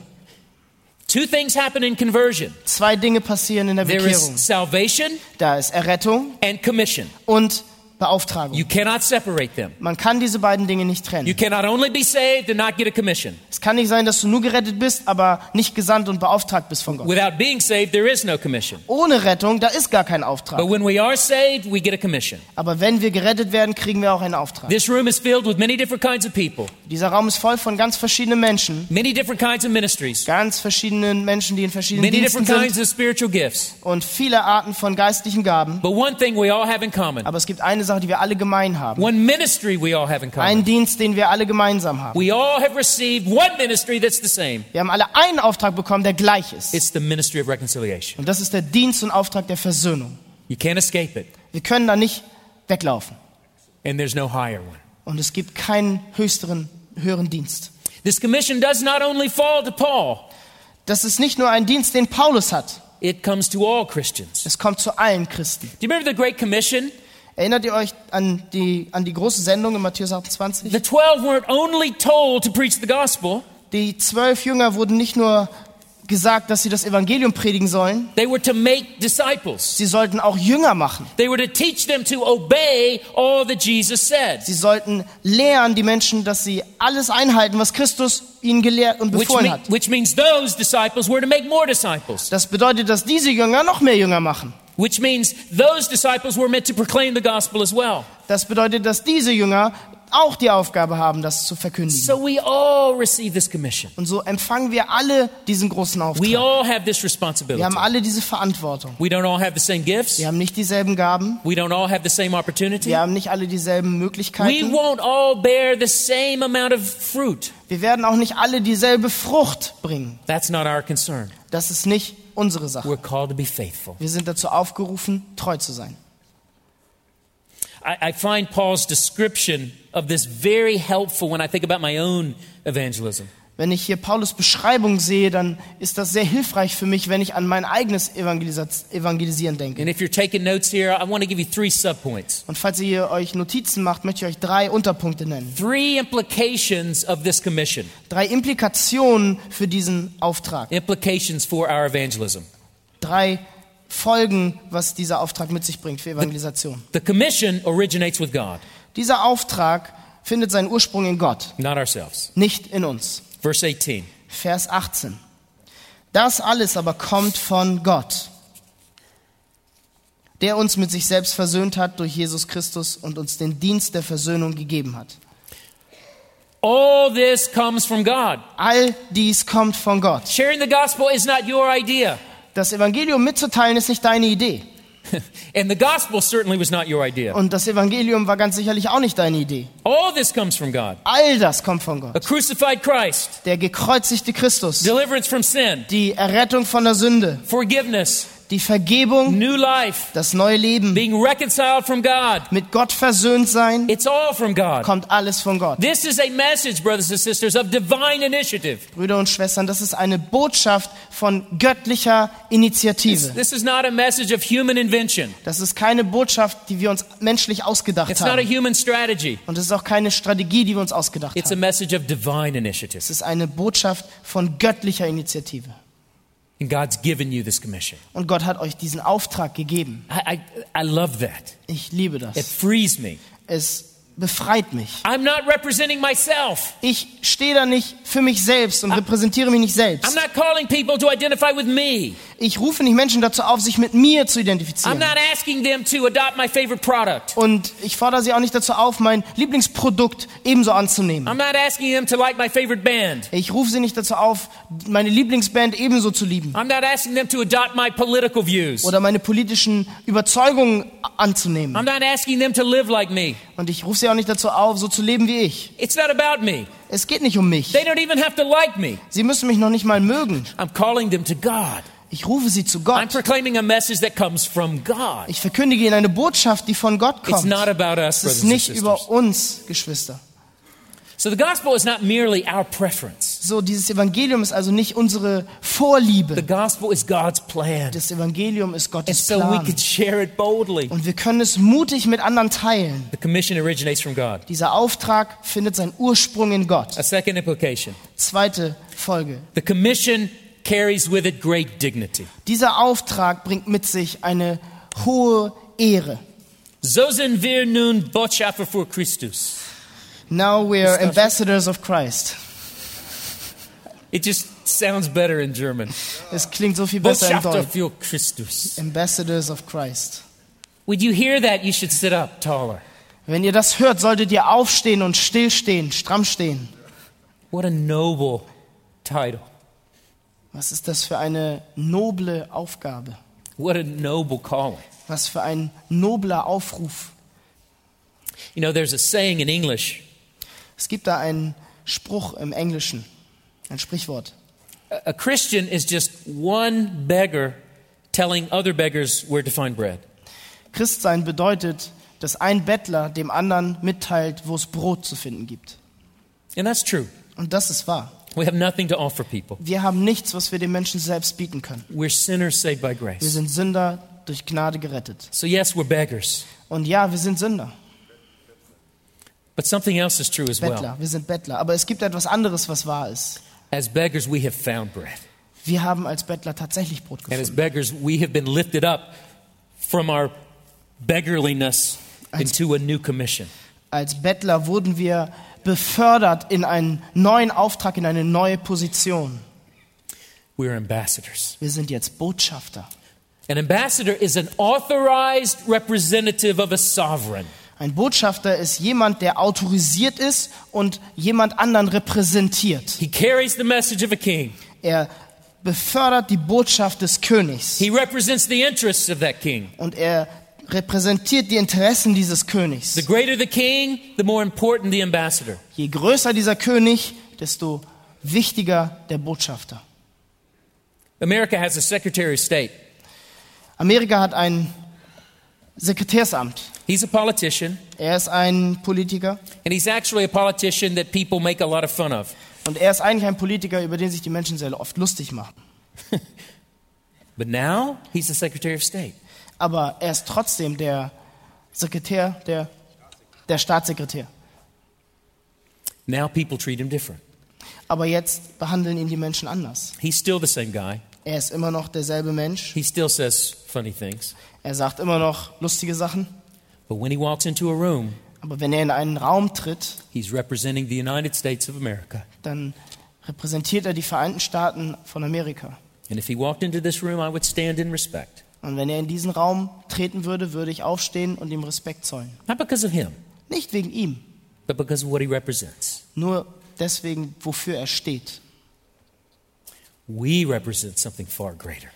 [SPEAKER 2] Two things happen in conversion
[SPEAKER 3] Zwei Dinge passieren in der
[SPEAKER 2] there
[SPEAKER 3] Bekehrung.
[SPEAKER 2] is salvation
[SPEAKER 3] Da ist Errettung
[SPEAKER 2] and commission.
[SPEAKER 3] und
[SPEAKER 2] You
[SPEAKER 3] Beauftragung.
[SPEAKER 2] cannot separate them.
[SPEAKER 3] Man kann diese beiden Dinge nicht
[SPEAKER 2] You
[SPEAKER 3] trennen.
[SPEAKER 2] cannot only be saved and not get a commission.
[SPEAKER 3] Es kann nicht sein, dass du nur gerettet bist, aber nicht gesandt und beauftragt bist von Gott.
[SPEAKER 2] Without being saved, there is no commission.
[SPEAKER 3] Ohne Rettung, da ist gar kein
[SPEAKER 2] But
[SPEAKER 3] Auftrag.
[SPEAKER 2] when we are saved, we get a commission.
[SPEAKER 3] Aber wenn wir gerettet werden, kriegen wir auch einen Auftrag.
[SPEAKER 2] This room is filled with many different kinds of people,
[SPEAKER 3] Dieser Raum ist voll von ganz verschiedenen Menschen.
[SPEAKER 2] many different kinds of ministries,
[SPEAKER 3] Ganz verschiedenen Menschen, die in verschiedenen
[SPEAKER 2] many
[SPEAKER 3] Diensten
[SPEAKER 2] different kinds
[SPEAKER 3] sind.
[SPEAKER 2] of spiritual gifts.
[SPEAKER 3] Und viele Arten von geistlichen Gaben.
[SPEAKER 2] But one thing we all have in common,
[SPEAKER 3] Aber es gibt eine Sache, die wir alle gemein haben.
[SPEAKER 2] one ministry we all have in common.
[SPEAKER 3] Einen Dienst, den wir alle gemeinsam haben.
[SPEAKER 2] We all have received one ministry that's the same.
[SPEAKER 3] Wir haben alle einen Auftrag bekommen, der gleich ist.
[SPEAKER 2] It's the ministry of reconciliation.
[SPEAKER 3] Und das ist der Dienst und Auftrag der Versöhnung.
[SPEAKER 2] You can't escape it,
[SPEAKER 3] Wir können da nicht weglaufen.
[SPEAKER 2] and there's no higher one.
[SPEAKER 3] Und es gibt keinen höchsteren, höheren Dienst.
[SPEAKER 2] This commission does not only fall to Paul,
[SPEAKER 3] Das ist nicht nur ein Dienst, den Paulus hat.
[SPEAKER 2] it comes to all Christians.
[SPEAKER 3] Es kommt zu allen Christen.
[SPEAKER 2] Do you remember the Great Commission?
[SPEAKER 3] Erinnert ihr euch an die, an die große Sendung in Matthäus 28?
[SPEAKER 2] The 12 weren't only told to preach the gospel,
[SPEAKER 3] Die zwölf Jünger wurden nicht nur gesagt, dass sie das Evangelium predigen sollen,
[SPEAKER 2] they were to make disciples.
[SPEAKER 3] sie sollten auch Jünger machen.
[SPEAKER 2] They were to teach them to obey all that Jesus said,
[SPEAKER 3] Sie sollten lehren die Menschen, dass sie alles einhalten, was Christus ihnen gelehrt und
[SPEAKER 2] which,
[SPEAKER 3] befohlen
[SPEAKER 2] mea-
[SPEAKER 3] hat.
[SPEAKER 2] which means those disciples were to make more disciples,
[SPEAKER 3] Das bedeutet, dass diese Jünger noch mehr Jünger machen.
[SPEAKER 2] which means those disciples were meant to proclaim the gospel as well.
[SPEAKER 3] Das bedeutet, dass diese Jünger auch die Aufgabe haben, das zu verkündigen.
[SPEAKER 2] So we all receive this commission.
[SPEAKER 3] Und so empfangen wir alle diesen großen
[SPEAKER 2] We
[SPEAKER 3] Auftrag.
[SPEAKER 2] all have this
[SPEAKER 3] Wir haben
[SPEAKER 2] responsibility.
[SPEAKER 3] alle diese Verantwortung.
[SPEAKER 2] We don't all have the same gifts.
[SPEAKER 3] Wir haben nicht dieselben Gaben.
[SPEAKER 2] We don't all have the same opportunity.
[SPEAKER 3] Wir haben nicht alle dieselben
[SPEAKER 2] We
[SPEAKER 3] Möglichkeiten.
[SPEAKER 2] won't all bear the same amount of fruit.
[SPEAKER 3] Wir werden auch nicht alle dieselbe Frucht bringen.
[SPEAKER 2] That's not our concern.
[SPEAKER 3] Das ist nicht unsere Sache.
[SPEAKER 2] We're called to be faithful.
[SPEAKER 3] Wir sind dazu aufgerufen, treu zu sein.
[SPEAKER 2] I, I find Paul's description of this very helpful when I think about my own evangelism.
[SPEAKER 3] Wenn ich hier Paulus Beschreibung sehe, dann ist das sehr hilfreich für mich, wenn ich an mein eigenes Evangelisa- Evangelisieren denke.
[SPEAKER 2] And if you're taking notes here, I want to give you three subpoints.
[SPEAKER 3] Und falls ihr hier euch Notizen macht, möchte ich euch drei Unterpunkte nennen.
[SPEAKER 2] Three implications of this commission,
[SPEAKER 3] Drei Implikationen für diesen Auftrag.
[SPEAKER 2] implications for our evangelism.
[SPEAKER 3] Drei Folgen, was dieser Auftrag mit sich bringt für Evangelisation.
[SPEAKER 2] The commission originates with God,
[SPEAKER 3] Dieser Auftrag findet seinen Ursprung in Gott,
[SPEAKER 2] not ourselves.
[SPEAKER 3] nicht in uns.
[SPEAKER 2] Verse 18.
[SPEAKER 3] Vers 18. Das alles aber kommt von Gott, der uns mit sich selbst versöhnt hat durch Jesus Christus und uns den Dienst der Versöhnung gegeben hat.
[SPEAKER 2] All this comes from God.
[SPEAKER 3] All dies kommt von Gott.
[SPEAKER 2] Sharing the gospel is not your idea.
[SPEAKER 3] Das Evangelium mitzuteilen ist nicht deine Idee.
[SPEAKER 2] And the gospel certainly was not your idea.
[SPEAKER 3] Und das Evangelium war ganz sicherlich auch nicht deine Idee.
[SPEAKER 2] All this comes from God.
[SPEAKER 3] All das kommt von
[SPEAKER 2] A
[SPEAKER 3] Gott.
[SPEAKER 2] crucified Christ,
[SPEAKER 3] Der gekreuzigte Christus,
[SPEAKER 2] deliverance from sin,
[SPEAKER 3] die Errettung von der Sünde,
[SPEAKER 2] forgiveness,
[SPEAKER 3] die Vergebung,
[SPEAKER 2] new life,
[SPEAKER 3] das neue Leben,
[SPEAKER 2] being reconciled from God.
[SPEAKER 3] mit Gott versöhnt sein,
[SPEAKER 2] It's all from God.
[SPEAKER 3] kommt alles von Gott.
[SPEAKER 2] This is a message, brothers and sisters, of divine initiative.
[SPEAKER 3] Brüder und Schwestern, das ist eine Botschaft von göttlicher Initiative.
[SPEAKER 2] This is not a message of human invention.
[SPEAKER 3] Das ist keine Botschaft, die wir uns menschlich ausgedacht
[SPEAKER 2] It's not a
[SPEAKER 3] haben.
[SPEAKER 2] human strategy.
[SPEAKER 3] Und es ist auch keine Strategie, die wir uns ausgedacht
[SPEAKER 2] It's a
[SPEAKER 3] haben.
[SPEAKER 2] message of divine initiative.
[SPEAKER 3] Es ist eine Botschaft von göttlicher Initiative.
[SPEAKER 2] And God's given you this commission.
[SPEAKER 3] Und Gott hat euch diesen Auftrag gegeben.
[SPEAKER 2] I, I, I love that.
[SPEAKER 3] Ich liebe
[SPEAKER 2] It
[SPEAKER 3] das.
[SPEAKER 2] frees me.
[SPEAKER 3] Es befreit mich.
[SPEAKER 2] I'm not representing myself.
[SPEAKER 3] Ich stehe da nicht für mich selbst und repräsentiere mich nicht
[SPEAKER 2] I'm
[SPEAKER 3] selbst.
[SPEAKER 2] not calling people to identify with me.
[SPEAKER 3] Ich rufe nicht Menschen dazu auf, sich mit mir zu
[SPEAKER 2] I'm
[SPEAKER 3] identifizieren.
[SPEAKER 2] not asking them to adopt my favorite product.
[SPEAKER 3] Und ich fordere sie auch nicht dazu auf, mein Lieblingsprodukt ebenso anzunehmen.
[SPEAKER 2] I'm not asking them to like my favorite band.
[SPEAKER 3] Ich rufe sie nicht dazu auf, meine Lieblingsband ebenso zu lieben
[SPEAKER 2] I'm not asking them to adopt my political views.
[SPEAKER 3] oder meine politischen Überzeugungen anzunehmen.
[SPEAKER 2] I'm not asking them to live like me.
[SPEAKER 3] Und ich rufe sie auch nicht dazu auf, so zu leben wie ich.
[SPEAKER 2] It's not about me.
[SPEAKER 3] Es geht nicht um mich.
[SPEAKER 2] They don't even have to like me.
[SPEAKER 3] Sie müssen mich noch nicht mal mögen.
[SPEAKER 2] I'm calling them to God.
[SPEAKER 3] Ich rufe sie zu
[SPEAKER 2] I'm
[SPEAKER 3] Gott.
[SPEAKER 2] proclaiming a message that comes from God.
[SPEAKER 3] Ich verkündige ihnen eine Botschaft, die von Gott
[SPEAKER 2] It's
[SPEAKER 3] kommt.
[SPEAKER 2] not about us,
[SPEAKER 3] Es ist
[SPEAKER 2] brothers and
[SPEAKER 3] nicht
[SPEAKER 2] sisters.
[SPEAKER 3] über uns, Geschwister.
[SPEAKER 2] So the gospel is not merely our preference.
[SPEAKER 3] So, dieses Evangelium ist also nicht unsere Vorliebe.
[SPEAKER 2] The gospel is God's plan.
[SPEAKER 3] Das Evangelium
[SPEAKER 2] And
[SPEAKER 3] ist Gottes
[SPEAKER 2] so we
[SPEAKER 3] Plan.
[SPEAKER 2] can share it boldly.
[SPEAKER 3] Und wir können es mutig mit anderen teilen.
[SPEAKER 2] The commission originates from God.
[SPEAKER 3] Dieser Auftrag findet seinen Ursprung in Gott.
[SPEAKER 2] A second implication.
[SPEAKER 3] Zweite Folge.
[SPEAKER 2] The commission carries with it great dignity.
[SPEAKER 3] Dieser Auftrag bringt mit sich eine hohe Ehre.
[SPEAKER 2] So sind wir nun Botschafter für Christus.
[SPEAKER 3] Now we are ambassadors of Christ.
[SPEAKER 2] It just sounds better in German.
[SPEAKER 3] Es klingt so viel besser in
[SPEAKER 2] Botschafter
[SPEAKER 3] Deutsch.
[SPEAKER 2] für Christus.
[SPEAKER 3] Ambassadors of Christ.
[SPEAKER 2] Would you hear that? You should sit up taller.
[SPEAKER 3] Wenn ihr das hört, solltet ihr aufstehen und stillstehen, stramm stehen.
[SPEAKER 2] What a noble title.
[SPEAKER 3] Was ist das für eine noble Aufgabe?
[SPEAKER 2] What a noble calling.
[SPEAKER 3] Was für ein nobler Aufruf.
[SPEAKER 2] You know, there's a saying in English
[SPEAKER 3] Es gibt da einen Spruch im Englischen, ein Sprichwort.
[SPEAKER 2] a a Christian is just one beggar telling other beggars where to find bread.
[SPEAKER 3] Christsein bedeutet, dass ein Bettler dem anderen mitteilt, wo es Brot zu finden gibt.
[SPEAKER 2] And that's true.
[SPEAKER 3] Und das ist wahr.
[SPEAKER 2] We have nothing to offer people.
[SPEAKER 3] Wir haben nichts, was wir den Menschen selbst bieten können.
[SPEAKER 2] We're sinners saved by
[SPEAKER 3] Wir
[SPEAKER 2] grace.
[SPEAKER 3] sind Sünder durch Gnade gerettet.
[SPEAKER 2] So, yes, we're beggars,
[SPEAKER 3] Und ja, wir sind Sünder,
[SPEAKER 2] but something else is true as well.
[SPEAKER 3] Bettler, wir sind Bettler. Aber es gibt etwas anderes, was wahr ist.
[SPEAKER 2] As beggars, we have found bread.
[SPEAKER 3] Wir haben als Bettler tatsächlich Brot
[SPEAKER 2] And as
[SPEAKER 3] gefunden.
[SPEAKER 2] beggars, we have been lifted up from our beggarliness into a new commission.
[SPEAKER 3] Als Bettler wurden wir befördert in einen neuen Auftrag, in eine neue Position.
[SPEAKER 2] We're ambassadors.
[SPEAKER 3] Wir sind jetzt Botschafter.
[SPEAKER 2] An ambassador is an authorized representative of a sovereign.
[SPEAKER 3] Ein Botschafter ist jemand, der autorisiert ist und jemand anderen repräsentiert.
[SPEAKER 2] He carries the message of a king,
[SPEAKER 3] Er befördert die Botschaft des Königs
[SPEAKER 2] he represents the interests of that king.
[SPEAKER 3] und er repräsentiert die Interessen dieses
[SPEAKER 2] The
[SPEAKER 3] Königs.
[SPEAKER 2] greater the king, the more important the ambassador.
[SPEAKER 3] Je größer dieser König, desto wichtiger der Botschafter.
[SPEAKER 2] America has a secretary of state.
[SPEAKER 3] Amerika hat ein Sekretärsamt.
[SPEAKER 2] He's a politician,
[SPEAKER 3] Er ist ein Politiker
[SPEAKER 2] and he's actually a politician that people make a lot of fun of.
[SPEAKER 3] und er ist eigentlich ein Politiker, über den sich die Menschen sehr oft lustig machen.
[SPEAKER 2] But now he's the secretary of state.
[SPEAKER 3] Aber er ist trotzdem der Sekretär, der, der Staatssekretär.
[SPEAKER 2] Now people treat him different.
[SPEAKER 3] Aber jetzt behandeln ihn die Menschen anders.
[SPEAKER 2] He's still the same guy.
[SPEAKER 3] Er ist immer noch derselbe Mensch.
[SPEAKER 2] He still says funny things.
[SPEAKER 3] Er sagt immer noch lustige Sachen.
[SPEAKER 2] But when he walks into a room,
[SPEAKER 3] Aber wenn er in einen Raum tritt,
[SPEAKER 2] he's representing the United States of America.
[SPEAKER 3] dann repräsentiert er die Vereinigten Staaten von Amerika.
[SPEAKER 2] And if he walked into this room, I would stand in respect.
[SPEAKER 3] Und wenn er in diesen Raum treten würde, würde ich aufstehen und ihm Respekt zollen.
[SPEAKER 2] Not because of him,
[SPEAKER 3] Nicht wegen ihm,
[SPEAKER 2] but because of what he represents.
[SPEAKER 3] nur deswegen, wofür er steht.
[SPEAKER 2] We represent something far greater.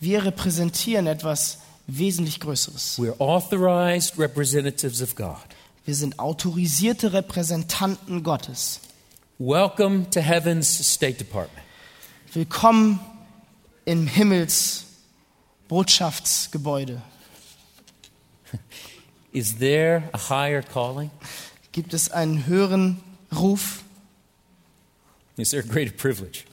[SPEAKER 3] Wir repräsentieren etwas wesentlich Größeres.
[SPEAKER 2] We're authorized representatives of God.
[SPEAKER 3] Wir sind autorisierte Repräsentanten Gottes.
[SPEAKER 2] Welcome to heaven's State Department.
[SPEAKER 3] Willkommen im Himmels Botschaftsgebäude.
[SPEAKER 2] Is there a higher calling?
[SPEAKER 3] Gibt es einen höheren Ruf?
[SPEAKER 2] Is there a greater privilege?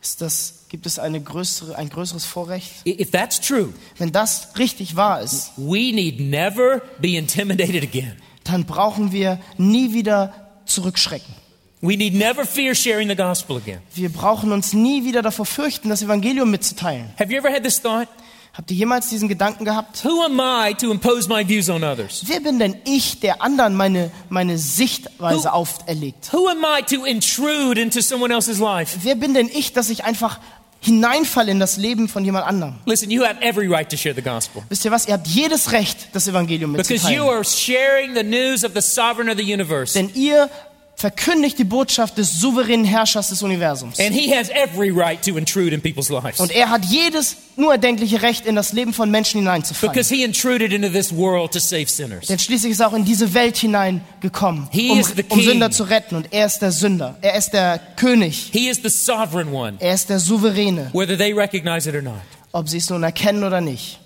[SPEAKER 3] Ist das, gibt es eine größere, ein größeres Vorrecht?
[SPEAKER 2] I- If that's true,
[SPEAKER 3] Wenn das richtig wahr ist,
[SPEAKER 2] we need never be intimidated again.
[SPEAKER 3] dann brauchen wir nie wieder zurückschrecken.
[SPEAKER 2] We need never fear sharing the gospel again.
[SPEAKER 3] Wir brauchen uns nie wieder davor fürchten, das Evangelium mitzuteilen.
[SPEAKER 2] Have you ever had this thought?
[SPEAKER 3] Habt ihr jemals diesen Gedanken gehabt?
[SPEAKER 2] Who am I to impose my views on others?
[SPEAKER 3] Wer bin denn ich, der anderen meine, meine Sichtweise
[SPEAKER 2] Who-
[SPEAKER 3] auferlegt?
[SPEAKER 2] Who am I to intrude into someone else's life?
[SPEAKER 3] Wer bin denn ich, dass ich einfach hineinfalle in das Leben von jemand anderem?
[SPEAKER 2] Listen, you have every right to share the gospel
[SPEAKER 3] Wisst ihr was? Ihr habt jedes Recht, das Evangelium
[SPEAKER 2] because you
[SPEAKER 3] mitzuteilen.
[SPEAKER 2] are sharing the news of the sovereign of the universe.
[SPEAKER 3] Denn ihr verkündigt die Botschaft des souveränen Herrschers des Universums.
[SPEAKER 2] And he has every right to intrude in people's lives
[SPEAKER 3] Und er hat jedes nur erdenkliche Recht, in das Leben von Menschen hineinzufallen.
[SPEAKER 2] because he intruded into this world to save sinners.
[SPEAKER 3] Denn schließlich ist er auch in diese Welt hineingekommen,
[SPEAKER 2] He
[SPEAKER 3] um,
[SPEAKER 2] is the
[SPEAKER 3] um
[SPEAKER 2] king.
[SPEAKER 3] Sünder zu retten. Und er ist der Sünder. Er ist der König.
[SPEAKER 2] He is the sovereign one,
[SPEAKER 3] Er ist der Souveräne,
[SPEAKER 2] whether they recognize it or not.
[SPEAKER 3] ob sie es nun erkennen oder nicht.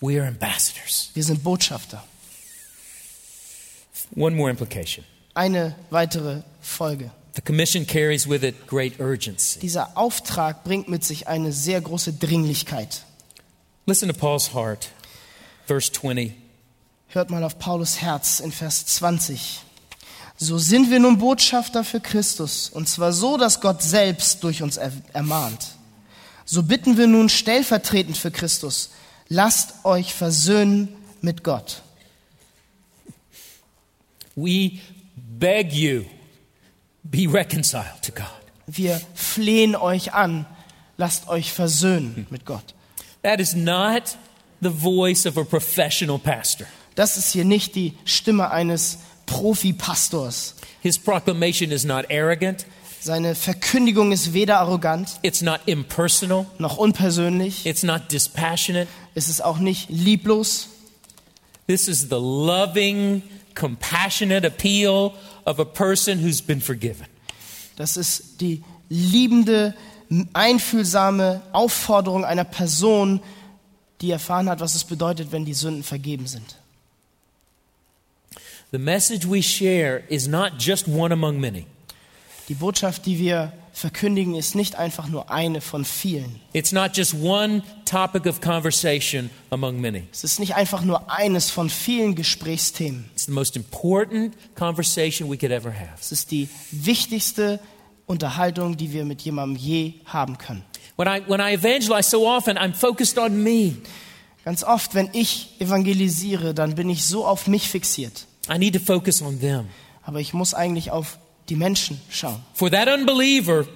[SPEAKER 2] We are ambassadors.
[SPEAKER 3] Wir sind Botschafter.
[SPEAKER 2] One more implication
[SPEAKER 3] Eine weitere Folge.
[SPEAKER 2] the commission carries with it great urgency.
[SPEAKER 3] Dieser Auftrag bringt mit sich eine sehr große Dringlichkeit.
[SPEAKER 2] Listen to Paul's heart, verse 20.
[SPEAKER 3] Hört mal auf Paulus Herz in Vers 20. So sind wir nun Botschafter für Christus, und zwar so, dass Gott selbst durch uns er ermahnt. So bitten wir nun stellvertretend für Christus, lasst euch versöhnen mit Gott.
[SPEAKER 2] We beg you, be reconciled to God.
[SPEAKER 3] Wir flehen euch an, lasst euch versöhnen mit Gott.
[SPEAKER 2] That is not the voice of a professional pastor.
[SPEAKER 3] Das ist hier nicht die Stimme eines Profipastors.
[SPEAKER 2] His proclamation is not arrogant,
[SPEAKER 3] Seine Verkündigung ist weder arrogant
[SPEAKER 2] it's not impersonal,
[SPEAKER 3] noch unpersönlich.
[SPEAKER 2] it's not dispassionate.
[SPEAKER 3] Es ist auch nicht lieblos.
[SPEAKER 2] This is the loving, compassionate appeal of a person who's been forgiven.
[SPEAKER 3] Das ist die liebende, einfühlsame Aufforderung einer Person, die erfahren hat, was es bedeutet, wenn die Sünden vergeben sind.
[SPEAKER 2] The message we share is not just one among many.
[SPEAKER 3] Die Botschaft, die wir verkündigen, ist nicht einfach nur eine von vielen.
[SPEAKER 2] It's not just one topic of conversation among many.
[SPEAKER 3] Es ist nicht einfach nur eines von vielen Gesprächsthemen.
[SPEAKER 2] It's the most important conversation we could ever have.
[SPEAKER 3] Es ist die wichtigste Unterhaltung, die wir mit jemandem je haben können.
[SPEAKER 2] When I, when I evangelize so often, I'm focused on me.
[SPEAKER 3] Ganz oft, wenn ich evangelisiere, dann bin ich so auf mich fixiert.
[SPEAKER 2] I need to focus on them.
[SPEAKER 3] Aber ich muss eigentlich auf die Menschen schauen.
[SPEAKER 2] For that unbeliever,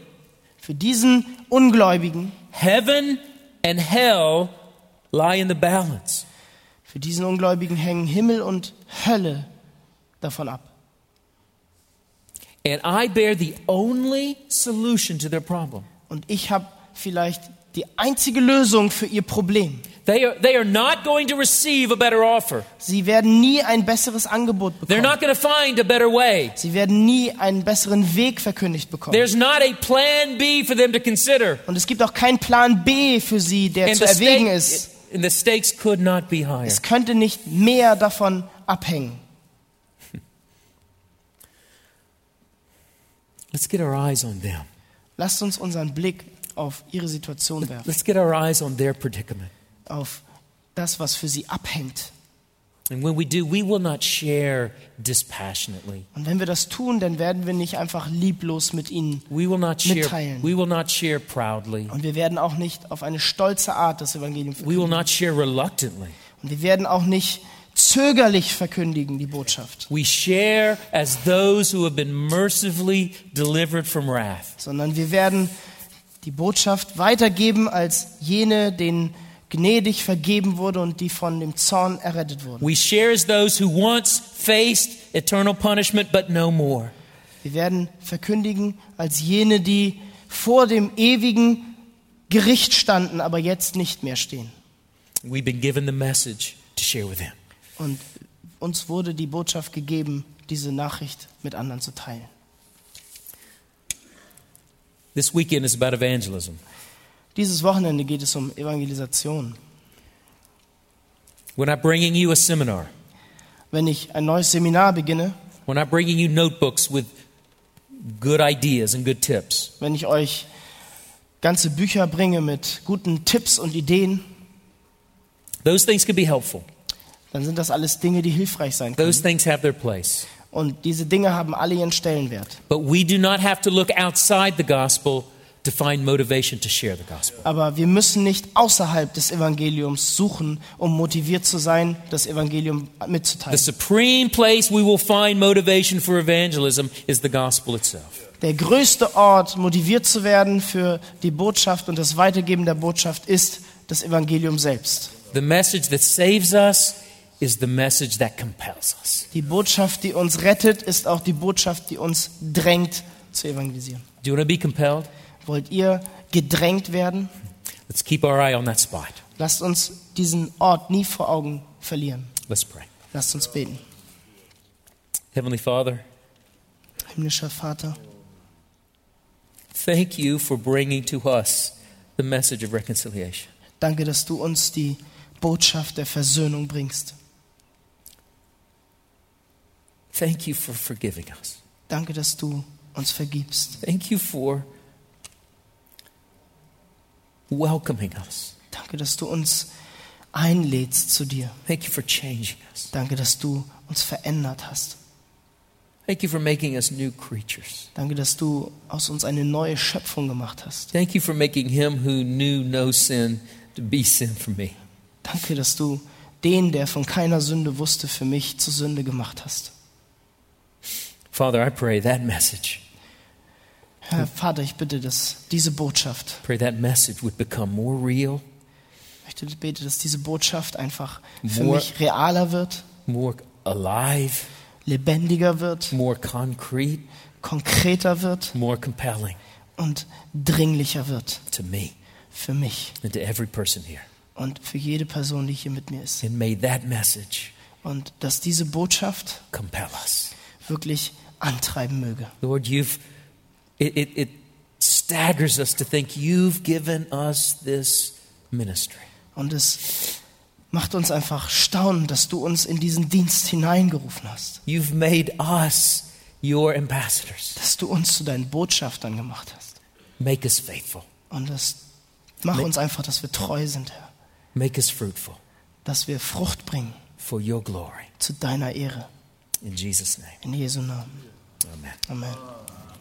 [SPEAKER 3] Für diesen Ungläubigen,
[SPEAKER 2] heaven and hell lie in the balance.
[SPEAKER 3] für diesen Ungläubigen hängen Himmel und Hölle davon ab.
[SPEAKER 2] And I bear the only solution to their problem.
[SPEAKER 3] Und ich habe vielleicht die einzige Lösung für ihr Problem.
[SPEAKER 2] They are, they are not going to receive a better offer.
[SPEAKER 3] Sie werden nie ein besseres Angebot
[SPEAKER 2] They're
[SPEAKER 3] bekommen.
[SPEAKER 2] not going to find a better way.
[SPEAKER 3] Sie werden nie einen besseren Weg verkündigt bekommen.
[SPEAKER 2] There's not a plan B for them to consider.
[SPEAKER 3] Und es gibt auch keinen Plan B für sie, der zu
[SPEAKER 2] the,
[SPEAKER 3] erwägen
[SPEAKER 2] stake-
[SPEAKER 3] ist.
[SPEAKER 2] and the stakes could not be higher.
[SPEAKER 3] Es könnte nicht mehr davon abhängen.
[SPEAKER 2] Let's get our eyes on them.
[SPEAKER 3] Lasst uns unseren Blick auf ihre Situation werfen,
[SPEAKER 2] Let's get our eyes on their predicament.
[SPEAKER 3] auf das, was für sie abhängt.
[SPEAKER 2] And when we do, we will not share dispassionately.
[SPEAKER 3] Und wenn wir das tun, dann werden wir nicht einfach lieblos mit ihnen.
[SPEAKER 2] We will not share.
[SPEAKER 3] Mitteilen.
[SPEAKER 2] We will not share proudly.
[SPEAKER 3] Und wir werden auch nicht auf eine stolze Art das Evangelium
[SPEAKER 2] We will
[SPEAKER 3] verkündigen.
[SPEAKER 2] not share reluctantly.
[SPEAKER 3] Und wir werden auch nicht zögerlich verkündigen, die Botschaft.
[SPEAKER 2] We share as those who have been mercifully delivered from wrath.
[SPEAKER 3] Sondern wir werden die Botschaft weitergeben als jene, denen gnädig vergeben wurde und die von dem Zorn errettet wurden.
[SPEAKER 2] We share as those who once faced eternal punishment, but no more.
[SPEAKER 3] Wir werden verkündigen als jene, die vor dem ewigen Gericht standen, aber jetzt nicht mehr stehen.
[SPEAKER 2] We've been given the message to share with them.
[SPEAKER 3] Und uns wurde die Botschaft gegeben, diese Nachricht mit anderen zu teilen.
[SPEAKER 2] This weekend is about evangelism.
[SPEAKER 3] Dieses Wochenende geht es um Evangelisation.
[SPEAKER 2] When I'm bringing you a seminar,
[SPEAKER 3] Wenn ich ein neues Seminar beginne,
[SPEAKER 2] when I'm bringing you notebooks with good ideas and good tips,
[SPEAKER 3] wenn ich euch ganze Bücher bringe mit guten Tipps und Ideen,
[SPEAKER 2] those things can be helpful.
[SPEAKER 3] dann sind das alles Dinge, die hilfreich sein
[SPEAKER 2] Those
[SPEAKER 3] können.
[SPEAKER 2] things have their place.
[SPEAKER 3] Und diese Dinge haben alle ihren Stellenwert.
[SPEAKER 2] But we do not have to look outside the gospel to find motivation to share the gospel.
[SPEAKER 3] Aber wir müssen nicht außerhalb des Evangeliums suchen, um motiviert zu sein, das Evangelium
[SPEAKER 2] The
[SPEAKER 3] mitzuteilen.
[SPEAKER 2] supreme place we will find motivation for evangelism is the gospel itself.
[SPEAKER 3] Der größte Ort, motiviert zu werden für die Botschaft und das Weitergeben der Botschaft, ist das Evangelium selbst.
[SPEAKER 2] The message that saves us is the message that compels us.
[SPEAKER 3] Die Botschaft, die uns rettet, ist auch die Botschaft, die uns drängt zu evangelisieren.
[SPEAKER 2] Do you want to be compelled?
[SPEAKER 3] Wollt ihr gedrängt werden?
[SPEAKER 2] Let's keep our eye on that spot.
[SPEAKER 3] Lasst uns diesen Ort nie vor Augen verlieren.
[SPEAKER 2] Let's pray.
[SPEAKER 3] Lasst uns beten.
[SPEAKER 2] Heavenly Father,
[SPEAKER 3] Himmlischer Vater,
[SPEAKER 2] thank you for bringing to us the message of reconciliation.
[SPEAKER 3] danke, dass du uns die Botschaft der Versöhnung bringst.
[SPEAKER 2] Thank you for forgiving us.
[SPEAKER 3] Danke, dass du uns vergibst.
[SPEAKER 2] Thank you for welcoming us.
[SPEAKER 3] Danke, dass du uns einlädst zu dir.
[SPEAKER 2] Thank you for changing us.
[SPEAKER 3] Danke, dass du uns verändert hast.
[SPEAKER 2] Thank you for making us new creatures.
[SPEAKER 3] Danke, dass du aus uns eine neue Schöpfung gemacht hast.
[SPEAKER 2] Thank you for making him who knew no sin to be sin for me.
[SPEAKER 3] Danke, dass du den, der von keiner Sünde wusste, für mich zur Sünde gemacht hast.
[SPEAKER 2] Father, I pray that message,
[SPEAKER 3] Herr Vater, ich bitte, dass diese Botschaft,
[SPEAKER 2] pray that message would become more real,
[SPEAKER 3] ich bitte- bete, dass diese Botschaft einfach für
[SPEAKER 2] More-
[SPEAKER 3] mich realer wird,
[SPEAKER 2] more alive,
[SPEAKER 3] lebendiger wird,
[SPEAKER 2] more concrete,
[SPEAKER 3] konkreter wird
[SPEAKER 2] more compelling
[SPEAKER 3] und dringlicher wird
[SPEAKER 2] to me
[SPEAKER 3] für mich
[SPEAKER 2] and to every person here.
[SPEAKER 3] und für jede Person, die hier mit mir ist.
[SPEAKER 2] And may that message
[SPEAKER 3] Und dass diese Botschaft
[SPEAKER 2] compel us.
[SPEAKER 3] wirklich antreiben möge.
[SPEAKER 2] Lord, you've it, it, it staggers us to think you've given us this ministry.
[SPEAKER 3] Und es macht uns einfach staunen, dass du uns in diesen Dienst hineingerufen hast,
[SPEAKER 2] You've made us your ambassadors.
[SPEAKER 3] dass du uns zu deinen Botschaftern gemacht hast.
[SPEAKER 2] Make us faithful.
[SPEAKER 3] Und das mach uns einfach, dass wir treu sind, Herr,
[SPEAKER 2] Make us fruitful
[SPEAKER 3] dass wir Frucht bringen
[SPEAKER 2] for your glory.
[SPEAKER 3] zu deiner Ehre.
[SPEAKER 2] In Jesus' name.
[SPEAKER 3] In Jesu Namen.
[SPEAKER 2] Amen.
[SPEAKER 3] Amen.